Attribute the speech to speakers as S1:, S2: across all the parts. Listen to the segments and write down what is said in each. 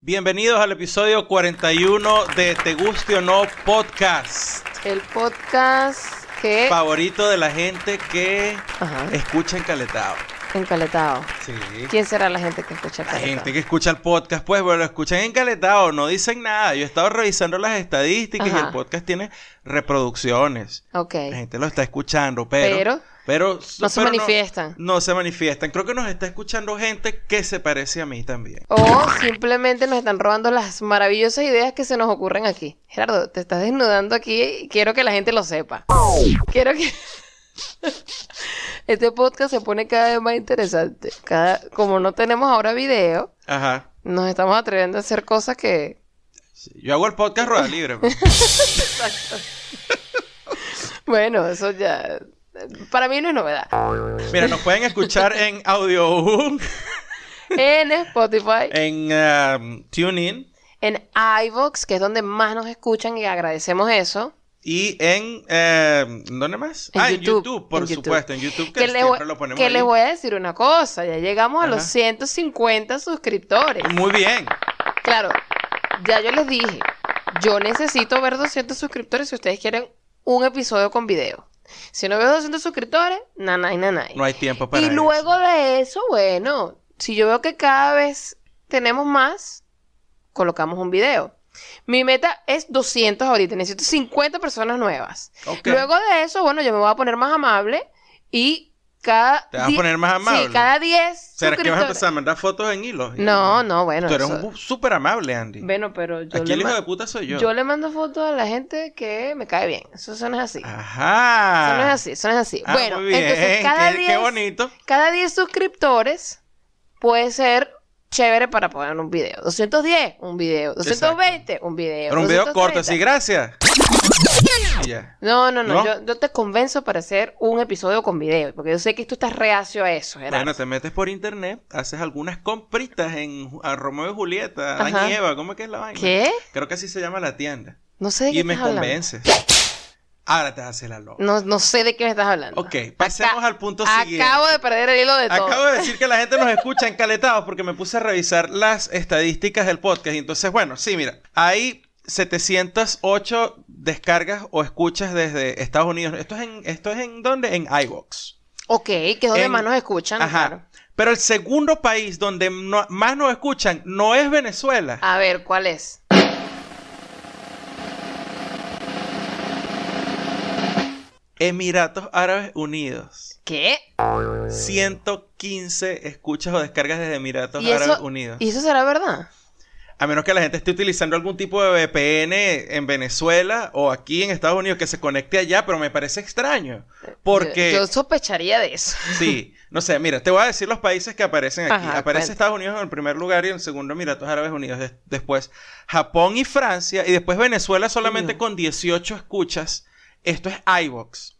S1: Bienvenidos al episodio 41 de Te Guste o No Podcast.
S2: El podcast que...
S1: Favorito de la gente que
S2: Ajá,
S1: escucha Encaletado.
S2: encaletado.
S1: Sí.
S2: ¿Quién será la gente que escucha
S1: La
S2: encaletado?
S1: gente que escucha el podcast, pues, bueno, lo escuchan encaletado, no dicen nada. Yo he estado revisando las estadísticas y
S2: Ajá.
S1: el podcast tiene reproducciones.
S2: Ok.
S1: La gente lo está escuchando, pero...
S2: Pero-
S1: pero-
S2: No se
S1: pero
S2: manifiestan.
S1: No, se manifiestan. Creo que nos está escuchando gente que se parece a mí también.
S2: O simplemente nos están robando las maravillosas ideas que se nos ocurren aquí. Gerardo, te estás desnudando aquí y quiero que la gente lo sepa. Quiero que... este podcast se pone cada vez más interesante. Cada... Como no tenemos ahora video,
S1: Ajá.
S2: nos estamos atreviendo a hacer cosas que...
S1: Sí, Yo hago el podcast Rueda Libre. pues.
S2: Bueno, eso ya... Para mí no es novedad.
S1: Mira, nos pueden escuchar en Audioboom,
S2: En Spotify.
S1: en um, TuneIn
S2: en iVox, que es donde más nos escuchan y agradecemos eso.
S1: y en... eh, ¿Dónde más?
S2: En
S1: ah, en
S2: YouTube,
S1: YouTube, por
S2: en YouTube.
S1: supuesto. En YouTube que,
S2: Que, les,
S1: siempre
S2: voy,
S1: lo ponemos
S2: que
S1: ahí.
S2: les voy a decir una cosa, ya llegamos a los
S1: Ajá.
S2: 150 suscriptores.
S1: Muy bien.
S2: Claro, ya yo les dije, yo necesito ver 200 suscriptores si ustedes quieren un episodio con video. Si no veo 200 suscriptores, nanay, nanay.
S1: No hay tiempo para
S2: y
S1: eso.
S2: luego de eso, bueno, si yo veo que cada vez tenemos más, colocamos un video. Mi meta es 200 ahorita, necesito 50 personas nuevas.
S1: Ok.
S2: Luego de eso, bueno, yo me voy a poner más amable y cada...
S1: Te vas a
S2: die-
S1: poner más amable.
S2: Sí, cada 10
S1: ¿Será que vas a
S2: suscriptores-
S1: empezar a mandar fotos en hilos?
S2: No, no, bueno.
S1: Tú eres
S2: eso-
S1: un bu- súper amable, Andy.
S2: Bueno, pero yo
S1: Aquí
S2: le
S1: el hijo
S2: ma-
S1: de puta soy yo.
S2: yo le mando fotos a la gente que me cae bien. Eso, eso no es así.
S1: Ajá.
S2: Eso no es así, eso no es así.
S1: Ah,
S2: bueno,
S1: muy bien.
S2: entonces cada
S1: qué,
S2: 10
S1: qué bonito.
S2: cada 10 suscriptores puede ser chévere para poner un video. 210, un video. 220, un video.
S1: Pero un video corto,
S2: 230.
S1: así, gracias. Y ya.
S2: No, no, no,
S1: ¿No?
S2: Yo, yo te convenzo para hacer un episodio con video, porque yo sé que tú estás reacio a eso, Gerardo.
S1: Bueno, te metes por internet, haces algunas compritas en Ju- a Romeo y Julieta, a
S2: Ajá.
S1: y Eva, ¿cómo es que es la vaina?
S2: ¿Qué?
S1: Creo que así se llama la tienda.
S2: No sé de qué
S1: Y me
S2: estás hablando.
S1: convences. Ahora te haces la loca.
S2: No, no sé de qué me estás hablando.
S1: Ok, pasemos al punto siguiente.
S2: Acabo de perder el hilo de todo.
S1: Acabo de decir que la gente nos escucha encaletados porque me puse a revisar las estadísticas del podcast. Y entonces, bueno, sí, mira, hay 708 descargas o escuchas desde Estados Unidos. ¿Esto es en, esto es en dónde? En iVox.
S2: Ok, que es donde
S1: En-
S2: más nos escuchan.
S1: Ajá.
S2: Ah, claro.
S1: Pero el segundo país donde no- más nos escuchan no es Venezuela.
S2: A ver, ¿cuál es?
S1: Emiratos Árabes Unidos.
S2: ¿Qué?
S1: 115 escuchas o descargas desde Emiratos
S2: ¿Y
S1: Árabes
S2: eso,
S1: Unidos.
S2: ¿Y eso será verdad?
S1: A menos que la gente esté utilizando algún tipo de VPN en Venezuela o aquí en Estados Unidos que se conecte allá, pero me parece extraño. Porque,
S2: Yo, yo sospecharía de eso.
S1: sí, no sé, mira, te voy a decir los países que aparecen aquí.
S2: Ajá,
S1: Aparece
S2: cuenta.
S1: Estados Unidos en primer lugar y en segundo Emiratos Árabes Unidos. des- después Japón y Francia y después Venezuela solamente
S2: Coño.
S1: con 18 escuchas. Esto es iVox.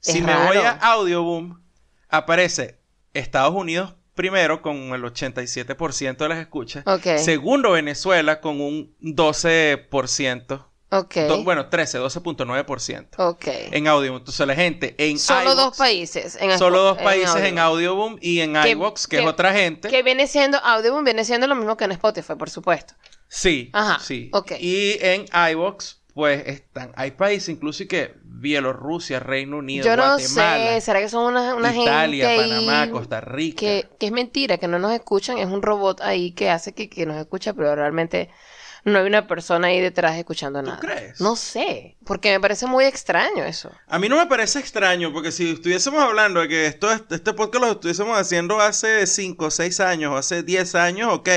S1: Si
S2: Es
S1: me voy a
S2: raro.
S1: Audioboom, aparece Estados Unidos primero con el 87% de las escuchas.
S2: Ok.
S1: Segundo, Venezuela con un 12%.
S2: Ok.
S1: Do- bueno, 13, 12.9%.
S2: ok.
S1: En audio. Entonces, la gente en
S2: Solo
S1: iVoox,
S2: dos países. En
S1: Solo dos países en
S2: Audioboom.
S1: Audioboom y en
S2: Que-
S1: iVox, que, es
S2: que-
S1: otra gente.
S2: Que viene siendo, Audioboom viene siendo lo mismo que en Spotify, por supuesto.
S1: Sí,
S2: Ajá,
S1: sí.
S2: ok.
S1: Y en iVox, pues están. Hay países, incluso y que Bielorrusia, Reino Unido,
S2: Yo no
S1: Guatemala,
S2: sé, ¿será que son una, una
S1: Italia,
S2: gente ahí
S1: Panamá, Costa Rica.
S2: que, que es mentira, que no nos escuchan? Es un robot ahí que hace que, que nos escucha, pero realmente no hay una persona ahí detrás escuchando nada.
S1: crees?
S2: No sé, porque me parece muy extraño eso.
S1: A mí no me parece extraño, porque si estuviésemos hablando de que esto, este podcast lo estuviésemos haciendo hace 5 o 6 años, o hace 10 años, ok.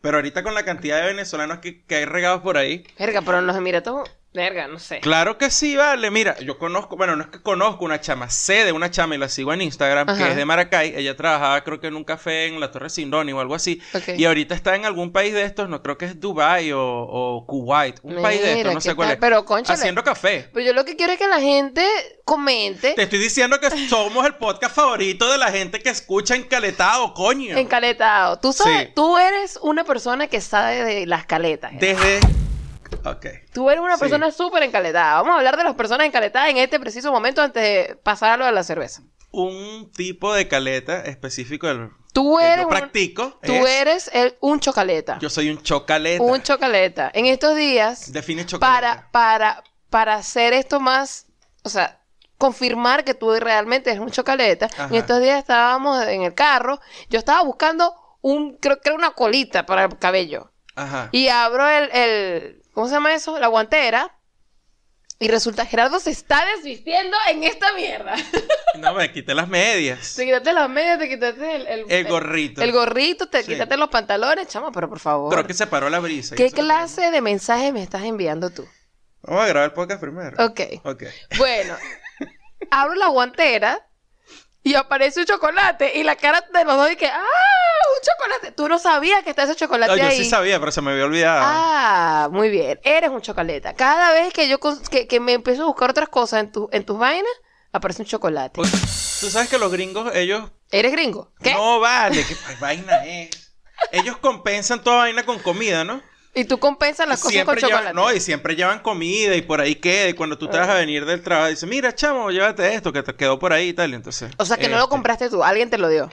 S1: Pero ahorita con la cantidad de venezolanos que, que hay regados por ahí.
S2: Verga, pero en los Emiratos, verga, no sé.
S1: Claro que sí, vale. Mira, yo conozco, bueno, no es que conozco una chama, sé de una chama y la sigo en Instagram, que
S2: Ajá.
S1: es de Maracay. Ella trabajaba, creo que en un café en la Torre Sindoni o algo así.
S2: Ok.
S1: Y ahorita está en algún país de estos, no creo que es Dubai o, o Kuwait, un país de estos,
S2: Mira,
S1: no
S2: ¿qué
S1: sé cuál
S2: tal?
S1: es.
S2: Pero, cónchale.
S1: Haciendo café.
S2: Pero yo lo que quiero es que la gente comente
S1: Te estoy diciendo que somos el podcast favorito de la gente que escucha encaletado, coño.
S2: encaletado. Tú sabes,
S1: Sí.
S2: tú eres una persona que sabe de las caletas. ¿eh?
S1: Desde. Ok.
S2: Tú eres una
S1: Sí.
S2: persona súper encaletada. Vamos a hablar de las personas encaletadas en este preciso momento antes de pasar a lo de la cerveza.
S1: un tipo de caleta específico del
S2: Tú
S1: que
S2: eres,
S1: Eh, yo
S2: un-
S1: practico.
S2: tú
S1: es-
S2: eres el- un chocaleta.
S1: yo soy un chocaleta.
S2: un chocaleta. En estos días,
S1: Define chocaleta.
S2: para, para, para hacer esto más, o sea, confirmar que tú realmente eres un chocaleta, en
S1: Ajá.
S2: estos días estábamos en el carro, yo estaba buscando un, creo que era una colita para el cabello.
S1: Ajá.
S2: Y abro el, el- ¿cómo se llama eso? La guantera. Y resulta, Gerardo se está desvistiendo en esta mierda.
S1: No, me quité las medias.
S2: Te quitaste las medias, te quitaste el... El,
S1: El gorrito.
S2: El gorrito, te
S1: Sí.
S2: quitaste los pantalones, chama, pero por favor.
S1: Creo que se paró la brisa.
S2: ¿Qué
S1: Yo se lo
S2: clase de mensaje me estás enviando tú?
S1: tengo. Vamos a grabar el podcast primero.
S2: Ok.
S1: Ok.
S2: Bueno, abro la guantera y aparece un chocolate. Y la cara de los dos y que, ¡ah! ¡Un chocolate! Tú no sabías que está ese chocolate
S1: No, yo
S2: ahí.
S1: sí sabía, pero se me había olvidado.
S2: Ah, muy bien. Eres un chocoleta. Cada vez que yo cons- que, que me empiezo a buscar otras cosas en, tu- en tus vainas, aparece un chocolate.
S1: Porque Tú sabes que los gringos, ellos.
S2: ¿Eres gringo? ¿Qué?
S1: No vale, qué pa- vaina es. Ellos compensan toda vaina con comida, ¿no?
S2: Y tú compensas Ah, las
S1: Y
S2: cosas
S1: siempre
S2: con
S1: llevan-
S2: chocolate.
S1: no, y siempre llevan comida y por ahí queda. Y cuando tú te vas a venir del trabajo, dices, mira, chamo, llévate esto que te quedó por ahí y tal. y entonces,
S2: O sea, que no lo
S1: este,
S2: compraste tú, alguien te lo dio.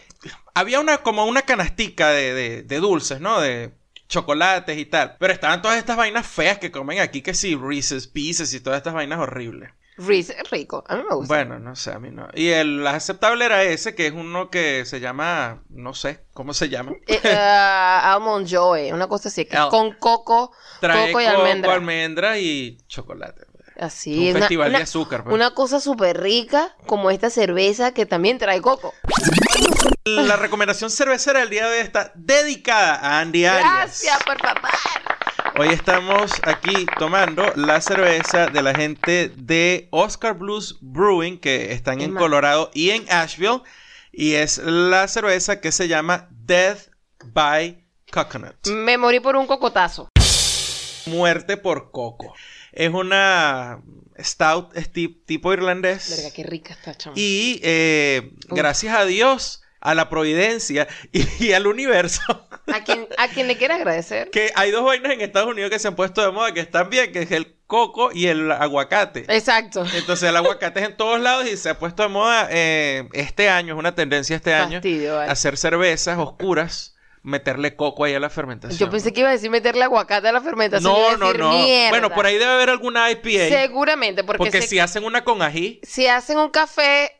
S1: Había una, como una canastica de, de- de dulces, ¿no? De chocolates y tal. Pero estaban todas estas vainas feas que comen aquí, que sí, Reese's Pieces y todas estas vainas horribles.
S2: Reese es rico, a mí me gusta.
S1: Bueno, no sé, a mí no. Y el aceptable era ese, que es uno que se llama, no sé, ¿cómo se llama?
S2: Eh, ah, Almond Joy, una cosa así, que es
S1: Ah.
S2: con coco,
S1: Trae
S2: coco y almendra.
S1: almendra y chocolate.
S2: Así,
S1: un
S2: una,
S1: festival
S2: una-
S1: de azúcar. pues.
S2: una cosa súper rica, como esta cerveza que también trae coco.
S1: La recomendación cervecera del día de hoy está dedicada a Andy Arias.
S2: Gracias, por favor.
S1: Hoy estamos aquí tomando la cerveza de la gente de Oscar Blues Brewing, que están en
S2: Emma.
S1: Colorado y en Asheville. Y es la cerveza que se llama Death by Coconut.
S2: Me morí por un cocotazo.
S1: Muerte por coco. Es una stout esti- tipo
S2: Verga,
S1: irlandés.
S2: qué rica está, chama.
S1: Y eh,
S2: Uf.
S1: gracias a Dios, a la providencia y, y al universo,
S2: A quien, a quien le quiera agradecer.
S1: que hay dos vainas en Estados Unidos que se han puesto de moda que están bien, que es el coco y el aguacate.
S2: Exacto.
S1: Entonces el aguacate es en todos lados y se ha puesto de moda eh, este año, es una tendencia este año,
S2: Fastidio, vale.
S1: hacer cervezas oscuras, meterle coco ahí a la fermentación.
S2: Yo pensé que iba a decir meterle aguacate a la fermentación. y iba a
S1: No, no,
S2: decir,
S1: no.
S2: "Mierda".
S1: Bueno, por ahí debe haber alguna IPA.
S2: Seguramente, porque,
S1: Porque
S2: se-
S1: si hacen una con ají,
S2: si hacen un café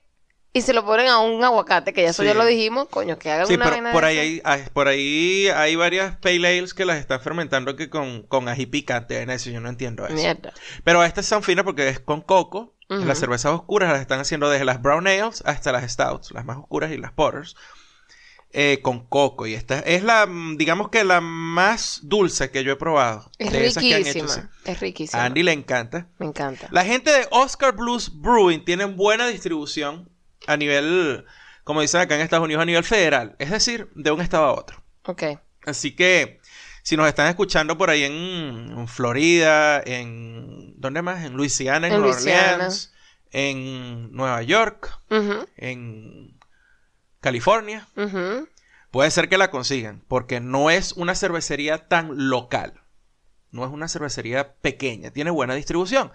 S2: y se lo ponen a un aguacate, que ya eso
S1: Sí.
S2: ya lo dijimos, coño, que hagan
S1: sí,
S2: una
S1: pero
S2: vaina
S1: por
S2: de
S1: ahí,
S2: esa.
S1: hay, hay- por ahí hay varias pale ales que las están fermentando que con, con ají picante, vaina de eso, yo no entiendo eso.
S2: Mierda.
S1: Pero estas son finas porque es con coco.
S2: Ujú.
S1: Las cervezas oscuras las están haciendo desde las brown ales hasta las stouts, las más oscuras y las porters, eh, con coco. Y esta es la, mm, digamos que la más dulce que yo he probado.
S2: Es
S1: de esas que han hecho,
S2: riquísima.
S1: sí.
S2: Es riquísima.
S1: A Andy le encanta.
S2: Me encanta.
S1: La gente de Oscar Blues Brewing tienen buena distribución a nivel, como dicen acá en Estados Unidos, a nivel federal. Es decir, de un estado a otro.
S2: Ok.
S1: Así que si nos están escuchando por ahí en, en Florida, en ¿dónde más? En Luisiana, en,
S2: En
S1: Nueva
S2: Luisiana.
S1: Orleans, en Nueva York,
S2: Ujú,
S1: en California,
S2: ujú.
S1: puede ser que la consigan, porque no es una cervecería tan local. No es una cervecería pequeña, tiene buena distribución.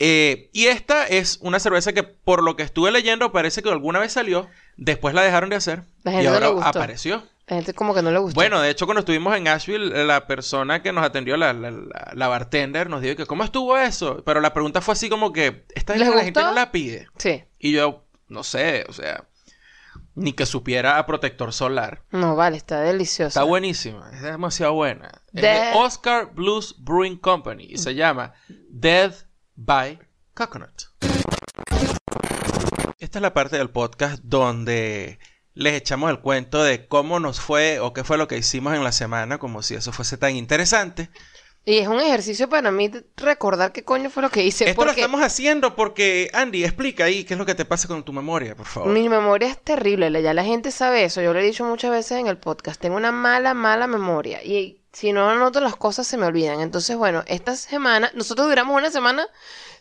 S1: Eh, y esta es una cerveza que, por lo que estuve leyendo, parece que alguna vez salió, después la dejaron de hacer
S2: La
S1: y
S2: gente no
S1: ahora
S2: le gustó.
S1: apareció.
S2: La gente como que no le gusta.
S1: Bueno, de hecho, cuando estuvimos en Asheville, eh, la persona que nos atendió, la, la, la- la bartender, nos dijo que ¿cómo estuvo eso? Pero la pregunta fue así como que, esta
S2: ¿Les
S1: gente la gente
S2: gustó?
S1: no la pide.
S2: Sí.
S1: Y yo, no sé, o sea, ni que supiera a protector solar.
S2: No, vale, está deliciosa.
S1: Está buenísima, es demasiado buena. Es de
S2: Dead-
S1: Oscar Blues Brewing Company y se llama Dead by Coconut. Esta es la parte del podcast donde les echamos el cuento de cómo nos fue o qué fue lo que hicimos en la semana, como si eso fuese tan interesante.
S2: Y es un ejercicio para mí de recordar qué coño fue lo que hice.
S1: Esto lo
S2: porque
S1: estamos haciendo porque, Andy, explica ahí qué es lo que te pasa con tu memoria, por favor.
S2: mi memoria es terrible. la- Ya la gente sabe eso. Yo lo he dicho muchas veces en el podcast. Tengo una mala, mala memoria. Y si no anoto las cosas se me olvidan. Entonces, bueno, esta semana, nosotros duramos una semana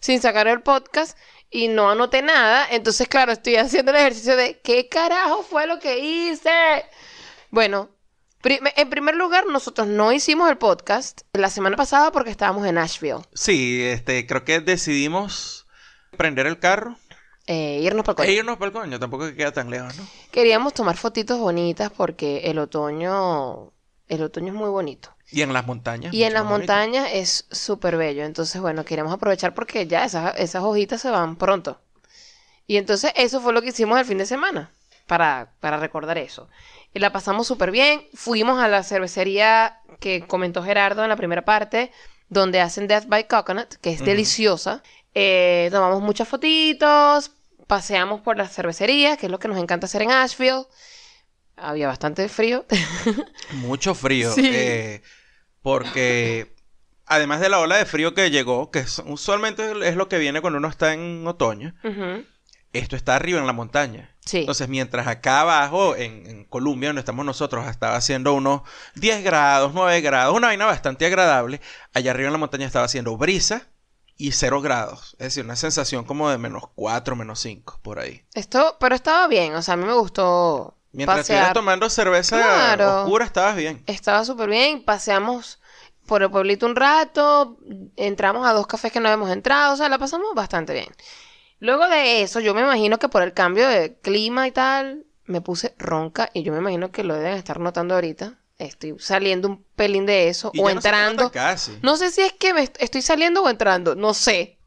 S2: sin sacar el podcast y no anoté nada. Entonces, claro, estoy haciendo el ejercicio de qué carajo fue lo que hice. Bueno, prim- en primer lugar, nosotros no hicimos el podcast la semana pasada porque estábamos en Nashville.
S1: Sí, este, creo que decidimos prender el carro
S2: eh, irnos para el coño.
S1: E irnos para el coño, tampoco es que queda tan lejos, ¿no?
S2: Queríamos tomar fotitos bonitas porque el otoño, el otoño es muy bonito.
S1: Y en las montañas.
S2: Y en
S1: mucho
S2: las
S1: más bonito.
S2: montañas es súper bello. Entonces, bueno, queremos aprovechar porque ya esas, esas hojitas se van pronto. Y entonces eso fue lo que hicimos el fin de semana, para, para recordar eso. Y la pasamos súper bien. Fuimos a la cervecería que comentó Gerardo en la primera parte, donde hacen Death by Coconut, que es
S1: Ujú.
S2: deliciosa. Eh, tomamos muchas fotitos, paseamos por las cervecerías, que es lo que nos encanta hacer en Asheville. Había bastante frío.
S1: Mucho frío.
S2: Sí.
S1: eh, porque además de la ola de frío que llegó, que es- usualmente es lo que viene cuando uno está en otoño,
S2: Ujú.
S1: esto está arriba en la montaña.
S2: Sí.
S1: Entonces, mientras acá abajo, en, en Colombia, donde estamos nosotros, estaba haciendo unos 10 grados, 9 grados, una vaina bastante agradable, allá arriba en la montaña estaba haciendo brisa y 0 grados. Es decir, una sensación como de menos 4, menos 5, por ahí.
S2: Esto, pero estaba bien, o sea, a mí me gustó
S1: Mientras estuvieras
S2: pasear.
S1: tomando cerveza
S2: Claro.
S1: oscura, estabas bien.
S2: Estaba súper bien, paseamos por el pueblito un rato, entramos a dos cafés que no habíamos entrado, o sea, la pasamos bastante bien. Luego de eso, yo me imagino que por el cambio de clima y tal, me puse ronca y yo me imagino que lo deben estar notando ahorita. Estoy saliendo un pelín de eso
S1: Y
S2: o
S1: ya no se te nota
S2: entrando.
S1: casi.
S2: No sé si es que me est- estoy saliendo o entrando, no sé.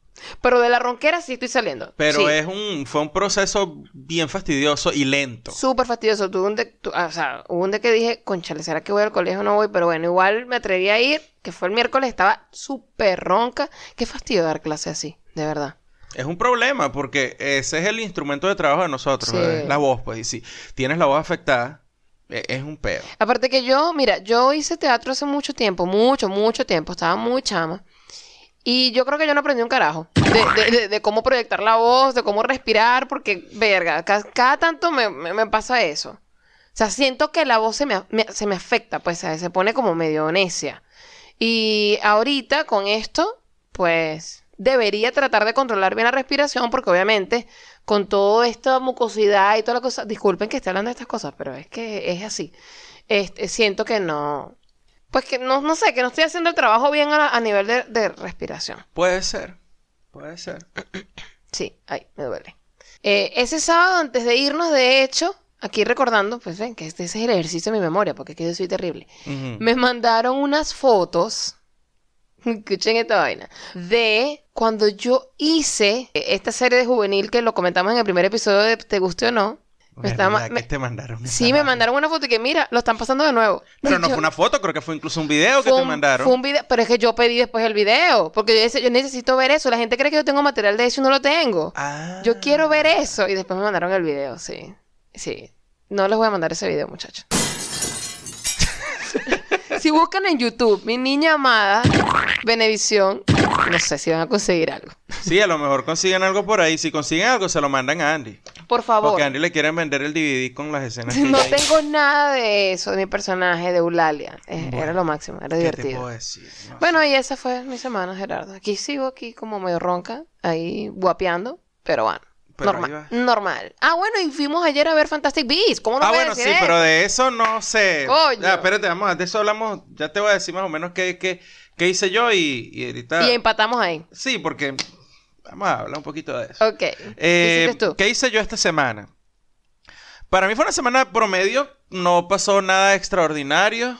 S2: Pero de la ronquera sí estoy saliendo.
S1: Pero
S2: sí.
S1: es un, fue un proceso bien fastidioso y lento.
S2: Súper fastidioso. Tuve un de, tu- ah, o sea, hubo un de que dije, conchale, ¿será que voy al colegio o no voy? Pero bueno, igual me atreví a ir, que fue el miércoles, estaba súper ronca. Qué fastidio dar clase así, de verdad.
S1: Es un problema porque ese es el instrumento de trabajo de nosotros,
S2: Sí.
S1: ¿verdad? la voz, pues. Y si tienes la voz afectada, e- es un pedo.
S2: Aparte que yo, mira, yo hice teatro hace mucho tiempo, mucho, mucho tiempo, estaba muy chama. Y yo creo que yo no aprendí un carajo de, de- de- de cómo proyectar la voz, de cómo respirar, porque, verga, ca- cada, tanto me, me- me pasa eso. O sea, siento que la voz se me, a- me- se me afecta, pues se se pone como medio necia. Y ahorita con esto, pues debería tratar de controlar bien la respiración, porque obviamente con toda esta mucosidad y toda la cosa, disculpen que esté hablando de estas cosas, pero es que es así. Este, siento que no, pues que no, no sé, que no estoy haciendo el trabajo bien a, la- a nivel de, de respiración.
S1: Puede ser, puede ser.
S2: Sí, ay, me duele. Eh, ese sábado antes de irnos, de hecho, aquí recordando, pues ven que este, ese es el ejercicio de mi memoria, porque es que yo soy terrible.
S1: Ujú.
S2: Me mandaron unas fotos, escuchen esta vaina, de cuando yo hice eh, esta serie de juvenil que lo comentamos en el primer episodio de Te guste o no. Me
S1: ¿Verdad
S2: estaba-
S1: que
S2: me-
S1: te mandaron esa
S2: Sí, me
S1: vaina?
S2: mandaron una foto y que mira, lo están pasando de nuevo.
S1: Pero
S2: Y
S1: no
S2: yo-
S1: fue una foto, creo que fue incluso un video que
S2: fue
S1: te
S2: un-
S1: mandaron.
S2: fue un video, pero es que yo pedí después el video, porque yo, decía, yo necesito ver eso. La gente cree que yo tengo material de eso y no lo tengo.
S1: Ah.
S2: Yo quiero ver eso. Y después me mandaron el video, sí. Sí. No les voy a mandar ese video, muchachos. si buscan en YouTube mi niña amada, Benevisión, no sé si van a conseguir algo.
S1: Sí, a lo mejor consiguen algo por ahí. Si consiguen algo, se lo mandan a Andy.
S2: Por favor.
S1: Porque a Andy le quieren vender el DVD con las escenas. que
S2: No
S1: hay ahí.
S2: tengo nada de eso, de mi personaje de Eulalia. Eh, Era lo máximo, era
S1: ¿Qué te
S2: divertido.
S1: puedo decir? No
S2: Bueno, y esa fue mi semana, Gerardo. Aquí sigo aquí como medio ronca, ahí guapeando, pero bueno.
S1: Pero ahí
S2: normal,
S1: vas.
S2: normal. Ah, bueno, y fuimos ayer a ver Fantastic Beasts. ¿Cómo no
S1: Ah,
S2: voy a
S1: bueno, sí,
S2: decir eso?
S1: pero de eso no sé.
S2: Coño.
S1: Ah, espérate, vamos, de eso hablamos. Ya te voy a decir más o menos qué, qué, qué hice yo y, y ahorita.
S2: Y empatamos ahí.
S1: Sí, porque vamos a hablar un poquito de eso.
S2: Ok. ¿Qué
S1: Eh,
S2: hiciste tú?
S1: ¿Qué hice yo esta semana? Para mí fue una semana promedio, no pasó nada extraordinario.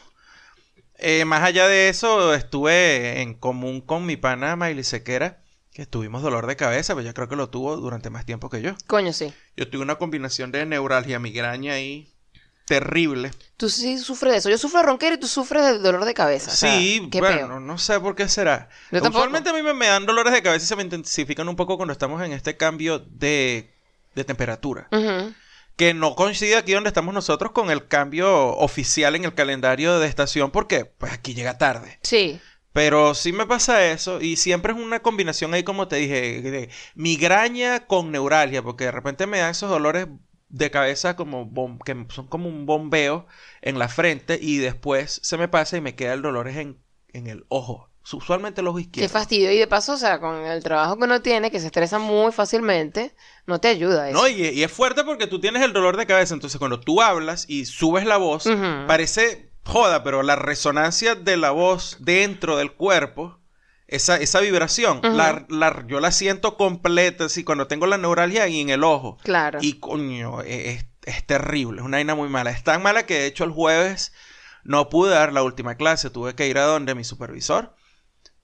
S1: Eh, más allá de eso, estuve en común con mi pana Miley Sequera, que tuvimos dolor de cabeza, pero yo creo que lo tuvo durante más tiempo que yo.
S2: Coño, sí.
S1: Yo tuve una combinación de neuralgia, migraña ahí terrible.
S2: Tú sí sufres de eso. Yo sufro de ronquera y tú sufres de dolor de cabeza. o sea,
S1: Sí,
S2: qué
S1: bueno,
S2: peo.
S1: no sé por qué será.
S2: Yo tampoco.
S1: Usualmente a mí me, me dan dolores de cabeza y se me intensifican un poco cuando estamos en este cambio de, de temperatura.
S2: Ujú.
S1: Que no coincide aquí donde estamos nosotros con el cambio oficial en el calendario de estación porque pues aquí llega tarde.
S2: Sí.
S1: Pero sí me pasa eso y siempre es una combinación ahí como te dije, de migraña con neuralgia, porque de repente me dan esos dolores de cabeza como bom- que son como un bombeo en la frente y después se me pasa y me queda el dolor es en, en el ojo, usualmente el ojo
S2: Qué
S1: izquierdo.
S2: fastidio. Y de paso, o sea, con el trabajo que uno tiene, que se estresa muy fácilmente, no te ayuda eso.
S1: No, y, y es fuerte porque tú tienes el dolor de cabeza, entonces cuando tú hablas y subes la voz,
S2: Ujú.
S1: parece joda, pero la resonancia de la voz dentro del cuerpo esa, esa vibración,
S2: Ujú.
S1: la, la- yo la siento completa, así cuando tengo la neuralgia y en el ojo.
S2: Claro.
S1: Y coño, e- es, es terrible, es una vaina muy mala. Es tan mala que de hecho el jueves no pude dar la última clase, tuve que ir a donde mi supervisor,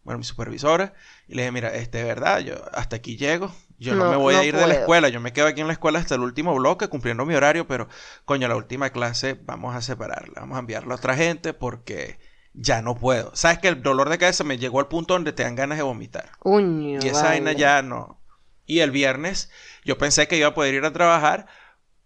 S1: bueno, mi supervisora, y le dije, mira, este, de verdad, yo hasta aquí llego, yo no,
S2: No,
S1: me voy
S2: no
S1: a ir de la
S2: puedo.
S1: escuela, yo me quedo aquí en la escuela hasta el último bloque cumpliendo mi horario, pero coño, la última clase vamos a separarla, vamos a enviarla a otra gente porque ya no puedo. Sabes que el dolor de cabeza me llegó al punto donde te dan ganas de vomitar.
S2: Uño,
S1: Y esa vaina
S2: vale.
S1: ya no. Y el viernes yo pensé que iba a poder ir a trabajar,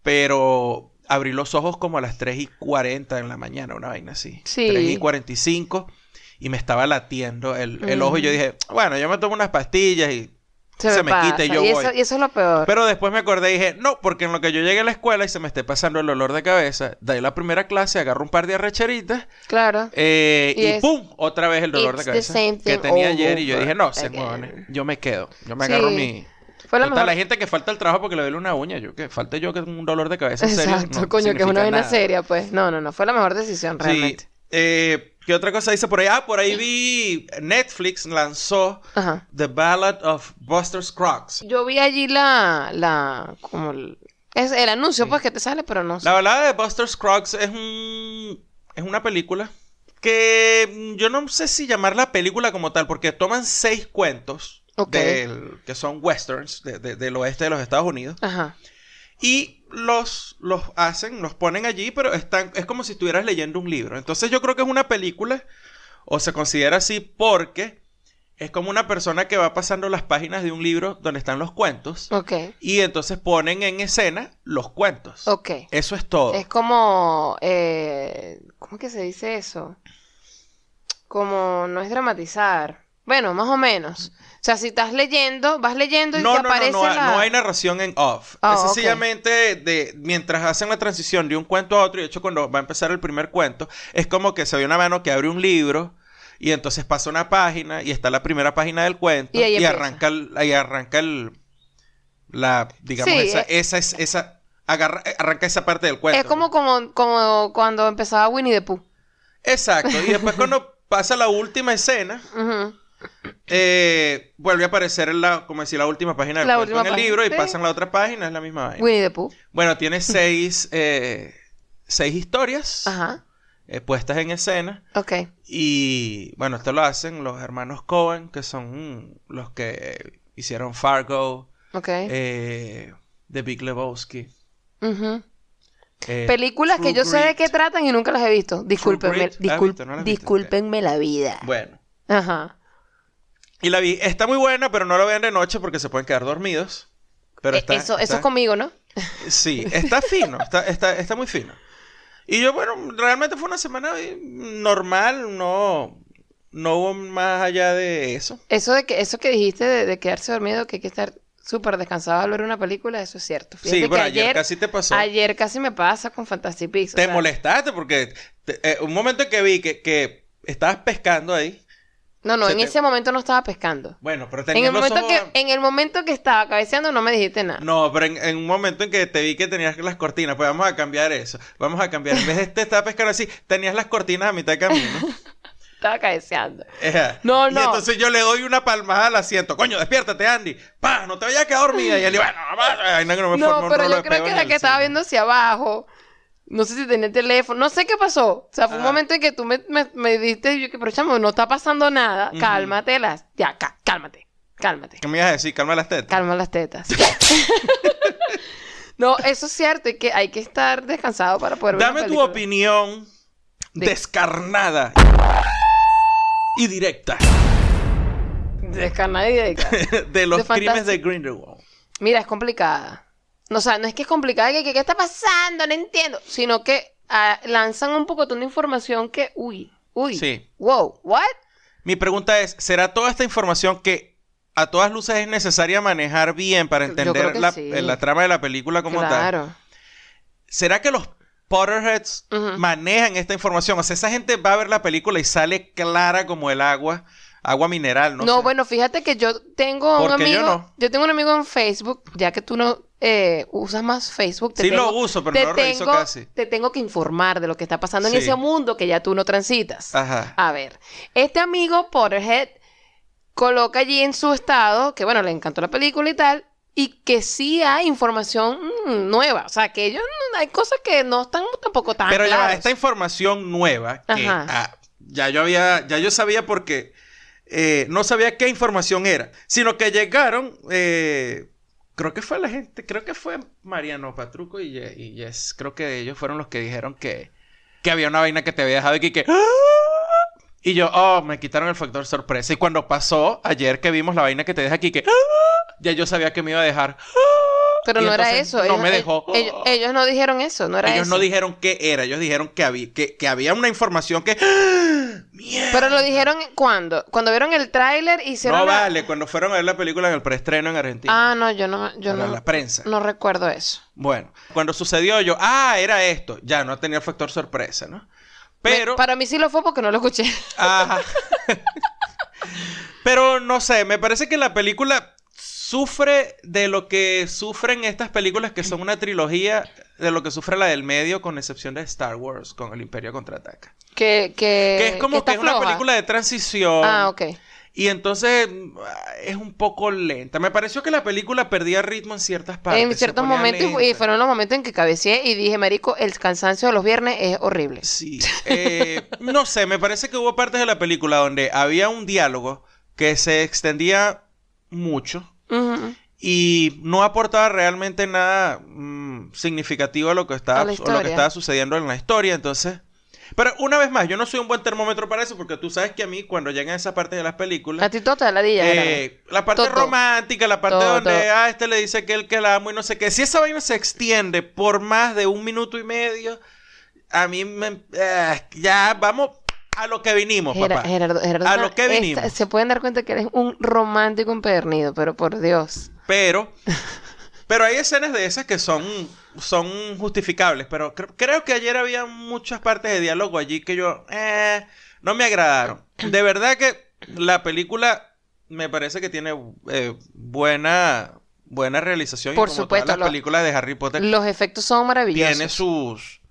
S1: pero abrí los ojos como a las 3 y 40 en la mañana, una vaina así.
S2: Sí.
S1: 3 y 45 y me estaba latiendo el, el
S2: Ujú.
S1: ojo y yo dije, bueno, yo me tomo unas pastillas y... se me quita y
S2: pasa.
S1: yo voy.
S2: Eso, y eso es lo peor.
S1: Pero después me acordé y dije, no, porque en lo que yo llegué a la escuela y se me esté pasando el olor de cabeza, de la primera clase, agarro un par de arrecheritas
S2: claro.
S1: eh, y
S2: Yes.
S1: ¡pum! Otra vez el dolor de
S2: It's the
S1: cabeza
S2: same
S1: que
S2: thing
S1: tenía ayer y yo
S2: over
S1: dije, no, se
S2: again.
S1: mueven, yo me quedo, yo me
S2: Sí.
S1: agarro mi...
S2: Fue la
S1: Total,
S2: Pues mejor.
S1: la gente que falta al trabajo porque le duele una uña, yo que falte yo que un dolor de cabeza en serio.
S2: Exacto,
S1: no
S2: coño, que es
S1: significa
S2: una vaina
S1: nada.
S2: seria, pues. No, no, no. Fue la mejor decisión,
S1: Sí.
S2: realmente.
S1: Eh, ¿Qué otra cosa dice por ahí? Ah, por ahí vi Netflix lanzó
S2: Ajá.
S1: The Ballad of Buster Scruggs.
S2: Yo vi allí la. la como el, es el anuncio, pues, que te sale, pero no sé.
S1: La balada de Buster Scruggs es un es una película que mm, yo no sé si llamarla película como tal porque toman seis cuentos
S2: Ok.
S1: del- que son westerns de- de- del oeste de los Estados Unidos
S2: Ajá.
S1: Y los, los hacen, los ponen allí, pero están, es como si estuvieras leyendo un libro. Entonces yo creo que es una película, o se considera así, porque es como una persona que va pasando las páginas de un libro donde están los cuentos.
S2: Ok.
S1: Y entonces ponen en escena los cuentos.
S2: Ok.
S1: Eso es todo.
S2: Es como. Eh, ¿Cómo que se dice eso? Como no es dramatizar. Bueno, más o menos. O sea, si estás leyendo, vas leyendo y
S1: No,
S2: te
S1: no, no,
S2: aparece
S1: no, ha-
S2: la.
S1: no hay narración en off.
S2: Ah,
S1: es
S2: ok.
S1: sencillamente de, mientras hacen la transición de un cuento a otro, y de hecho cuando va a empezar el primer cuento, es como que se ve una mano que abre un libro y entonces pasa una página y está la primera página del cuento
S2: Y ahí empieza.
S1: arranca el, ahí arranca el la digamos
S2: Sí,
S1: esa,
S2: eh.
S1: esa es esa agarra- arranca esa parte del cuento.
S2: Es como,
S1: ¿no?
S2: como, como cuando empezaba Winnie the Pooh.
S1: Exacto, y después cuando pasa la última escena,
S2: Ujú.
S1: eh, vuelve a aparecer en la como decir la última página del
S2: La
S1: cuento
S2: última
S1: en el
S2: página,
S1: libro y
S2: sí.
S1: pasan la otra página, es la misma vaina.
S2: Winnie the Pooh.
S1: Bueno, tiene seis, eh, seis historias
S2: Ajá.
S1: eh, puestas en escena.
S2: Ok.
S1: Y bueno, esto lo hacen los hermanos Cohen, que son mm, los que hicieron Fargo,
S2: Ok.
S1: eh, The Big Lebowski.
S2: Ujú.
S1: eh,
S2: Películas que
S1: True
S2: yo sé de
S1: Grit.
S2: qué tratan y nunca las he visto. Discúlpenme,
S1: Grit, ¿la has
S2: discul-
S1: visto? ¿No la has visto?
S2: discúlpenme la vida.
S1: Bueno,
S2: Ajá.
S1: y la vi. Está muy buena, pero no la vean de noche porque se pueden quedar dormidos. Pero
S2: Eh,
S1: está,
S2: eso, eso
S1: está-
S2: es conmigo, ¿no?
S1: Sí, está fino, está, está, está muy fino. Y yo, bueno, realmente fue una semana eh, normal, no, no hubo más allá de eso.
S2: Eso de que, eso que dijiste de, de quedarse dormido, que hay que estar súper descansado al ver una película, eso es cierto. Fíjate
S1: Sí,
S2: que
S1: bueno, ayer, casi te pasó.
S2: ayer casi me pasa con Fantasy Pix. o
S1: te
S2: sea,
S1: molestaste porque te- eh, un momento que vi que, que estabas pescando ahí.
S2: No, no,
S1: se
S2: en
S1: te-
S2: ese momento no estaba pescando.
S1: Bueno, pero
S2: En
S1: tenías
S2: el,
S1: los
S2: momento
S1: ojos-
S2: que, en el momento que estaba cabeceando no me dijiste nada.
S1: No, pero en, en un momento en que te vi que tenías las cortinas, pues vamos a cambiar eso. Vamos a cambiar. En vez de te estar pescando así, tenías las cortinas a mitad de camino.
S2: Estaba cabeceando.
S1: Ejá.
S2: No,
S1: Y
S2: no.
S1: entonces yo le doy una palmada al asiento. Coño, despiértate, Andy. Pa, no te vayas a quedar dormida. Y él, bueno, vamos. Ay, no, que no me formó
S2: No,
S1: un
S2: pero
S1: rolo de
S2: yo creo
S1: peo
S2: que
S1: en
S2: era
S1: el
S2: que estaba
S1: cine.
S2: viendo hacia abajo. No sé si tenía el teléfono. No sé qué pasó. O sea, fue un
S1: Ajá.
S2: momento en que tú me, me, me diste y yo que, pero chamo, no está pasando nada.
S1: Ujú.
S2: Cálmate las... Ya, cá- cálmate. Cálmate.
S1: ¿Qué me ibas a decir? Calma las tetas.
S2: Calma las tetas. no, eso es cierto. Y que hay que estar descansado para poder ver
S1: Dame
S2: una
S1: tu
S2: película.
S1: opinión
S2: De-
S1: descarnada y directa
S2: Descarnada y dedicada.
S1: de los
S2: De
S1: crímenes
S2: fantasía.
S1: de Grindelwald.
S2: Mira, es complicada. No, o sea, no es que es complicada, que, que, ¿qué está pasando? No entiendo. Sino que ah, lanzan un pocotón de información que, uy, uy,
S1: Sí.
S2: wow, what?
S1: Mi pregunta es, ¿será toda esta información que a todas luces es necesaria manejar bien para
S2: Yo creo
S1: entender
S2: que
S1: la, eh,
S2: sí.
S1: la trama de la película como tal?
S2: claro.
S1: ¿Será que los Potterheads
S2: Ujú.
S1: manejan esta información? O sea, esa gente va a ver la película y sale clara como el agua, agua mineral, ¿no?
S2: No,
S1: sé.
S2: bueno, fíjate que yo tengo un
S1: Porque yo
S2: amigo, yo,
S1: no.
S2: tengo un amigo en Facebook, ya que tú no eh, usas más Facebook, te
S1: Sí
S2: tengo,
S1: lo uso, pero
S2: te
S1: no lo reviso
S2: tengo-
S1: casi.
S2: te tengo que informar de lo que está pasando en
S1: Sí. Ah.
S2: ese mundo que ya tú no transitas.
S1: Ajá.
S2: A ver, este amigo Potterhead coloca allí en su estado que, bueno, le encantó la película y tal, y que sí hay información mm, nueva. O sea, que ellos no- hay cosas que no están tampoco tan
S1: Pero ya va,
S2: claras.
S1: esta información nueva que
S2: Ajá.
S1: ah, ya yo había, ya yo sabía porque eh, no sabía qué información era, sino que llegaron, eh, creo que fue la gente, creo que fue Mariano Patruco y, Ye- y Yes, creo que ellos fueron los que dijeron que, que había una vaina que te había dejado y que ¡Ah! y yo, oh, me quitaron el factor sorpresa. Y cuando pasó ayer que vimos la vaina que te deja aquí, que ¡Ah! ya yo sabía que me iba a dejar.
S2: Pero
S1: y
S2: no era
S1: entonces
S2: eso.
S1: no
S2: ellos,
S1: me
S2: el-
S1: dejó.
S2: Ellos, ellos no dijeron eso, no era
S1: Ellos
S2: eso.
S1: no dijeron qué era, ellos dijeron que había, que, que había una información que. ¡Ah! ¡Mierda!
S2: Pero lo dijeron cuando, cuando vieron el tráiler hicieron
S1: No
S2: la-
S1: vale, cuando fueron a ver la película en el preestreno en Argentina.
S2: Ah, no, yo no, yo
S1: para
S2: no,
S1: la prensa.
S2: no recuerdo eso.
S1: Bueno, cuando sucedió yo, ah, era esto. Ya no tenía el factor sorpresa, ¿no?
S2: Me-
S1: Pero.
S2: para mí sí lo fue porque no lo escuché.
S1: Ajá. Pero no sé, me parece que la película sufre de lo que sufren estas películas que son una trilogía, de lo que sufre la del medio, con excepción de Star Wars, con el Imperio Contraataca.
S2: Que, que,
S1: Que es como
S2: está
S1: que es una
S2: floja.
S1: película de transición.
S2: Ah, ok.
S1: Y entonces mm, es un poco lenta. Me pareció que la película perdía ritmo en ciertas partes.
S2: en
S1: se
S2: ciertos
S1: ponía
S2: momentos, y- y
S1: lenta.
S2: fueron los momentos en que cabeceé y dije, marico, el cansancio de los viernes es horrible.
S1: Sí. eh, no sé, me parece que hubo partes de la película donde había un diálogo que se extendía mucho
S2: Ujú.
S1: y no aportaba realmente nada mm, significativo a lo que estaba,
S2: A la
S1: a lo que
S2: historia.
S1: estaba sucediendo en la historia. Entonces. Pero una vez más, yo no soy un buen termómetro para eso porque tú sabes que a mí cuando llegan esas partes de las películas...
S2: A ti toda la ladilla. Gerardo.
S1: Eh, la parte
S2: Todo.
S1: romántica, la parte
S2: Todo,
S1: donde
S2: todo.
S1: ah, este le dice que él que la amo y no sé qué. Si esa vaina se extiende por más de un minuto y medio, a mí me. eh, ya vamos a lo que vinimos,
S2: Gera-
S1: papá.
S2: Gerardo, Gerardo,
S1: A lo que
S2: esta-
S1: vinimos.
S2: se pueden dar cuenta que eres un romántico empedernido, pero por Dios.
S1: Pero. Pero hay escenas de esas que son, son justificables. Pero cre- creo que ayer había muchas partes de diálogo allí que yo. eh, no me agradaron. De verdad que la película me parece que tiene eh, buena. Buena realización. y
S2: Por
S1: como todas
S2: supuesto,
S1: Las
S2: lo-
S1: películas de Harry Potter
S2: Los efectos son maravillosos.
S1: tiene sus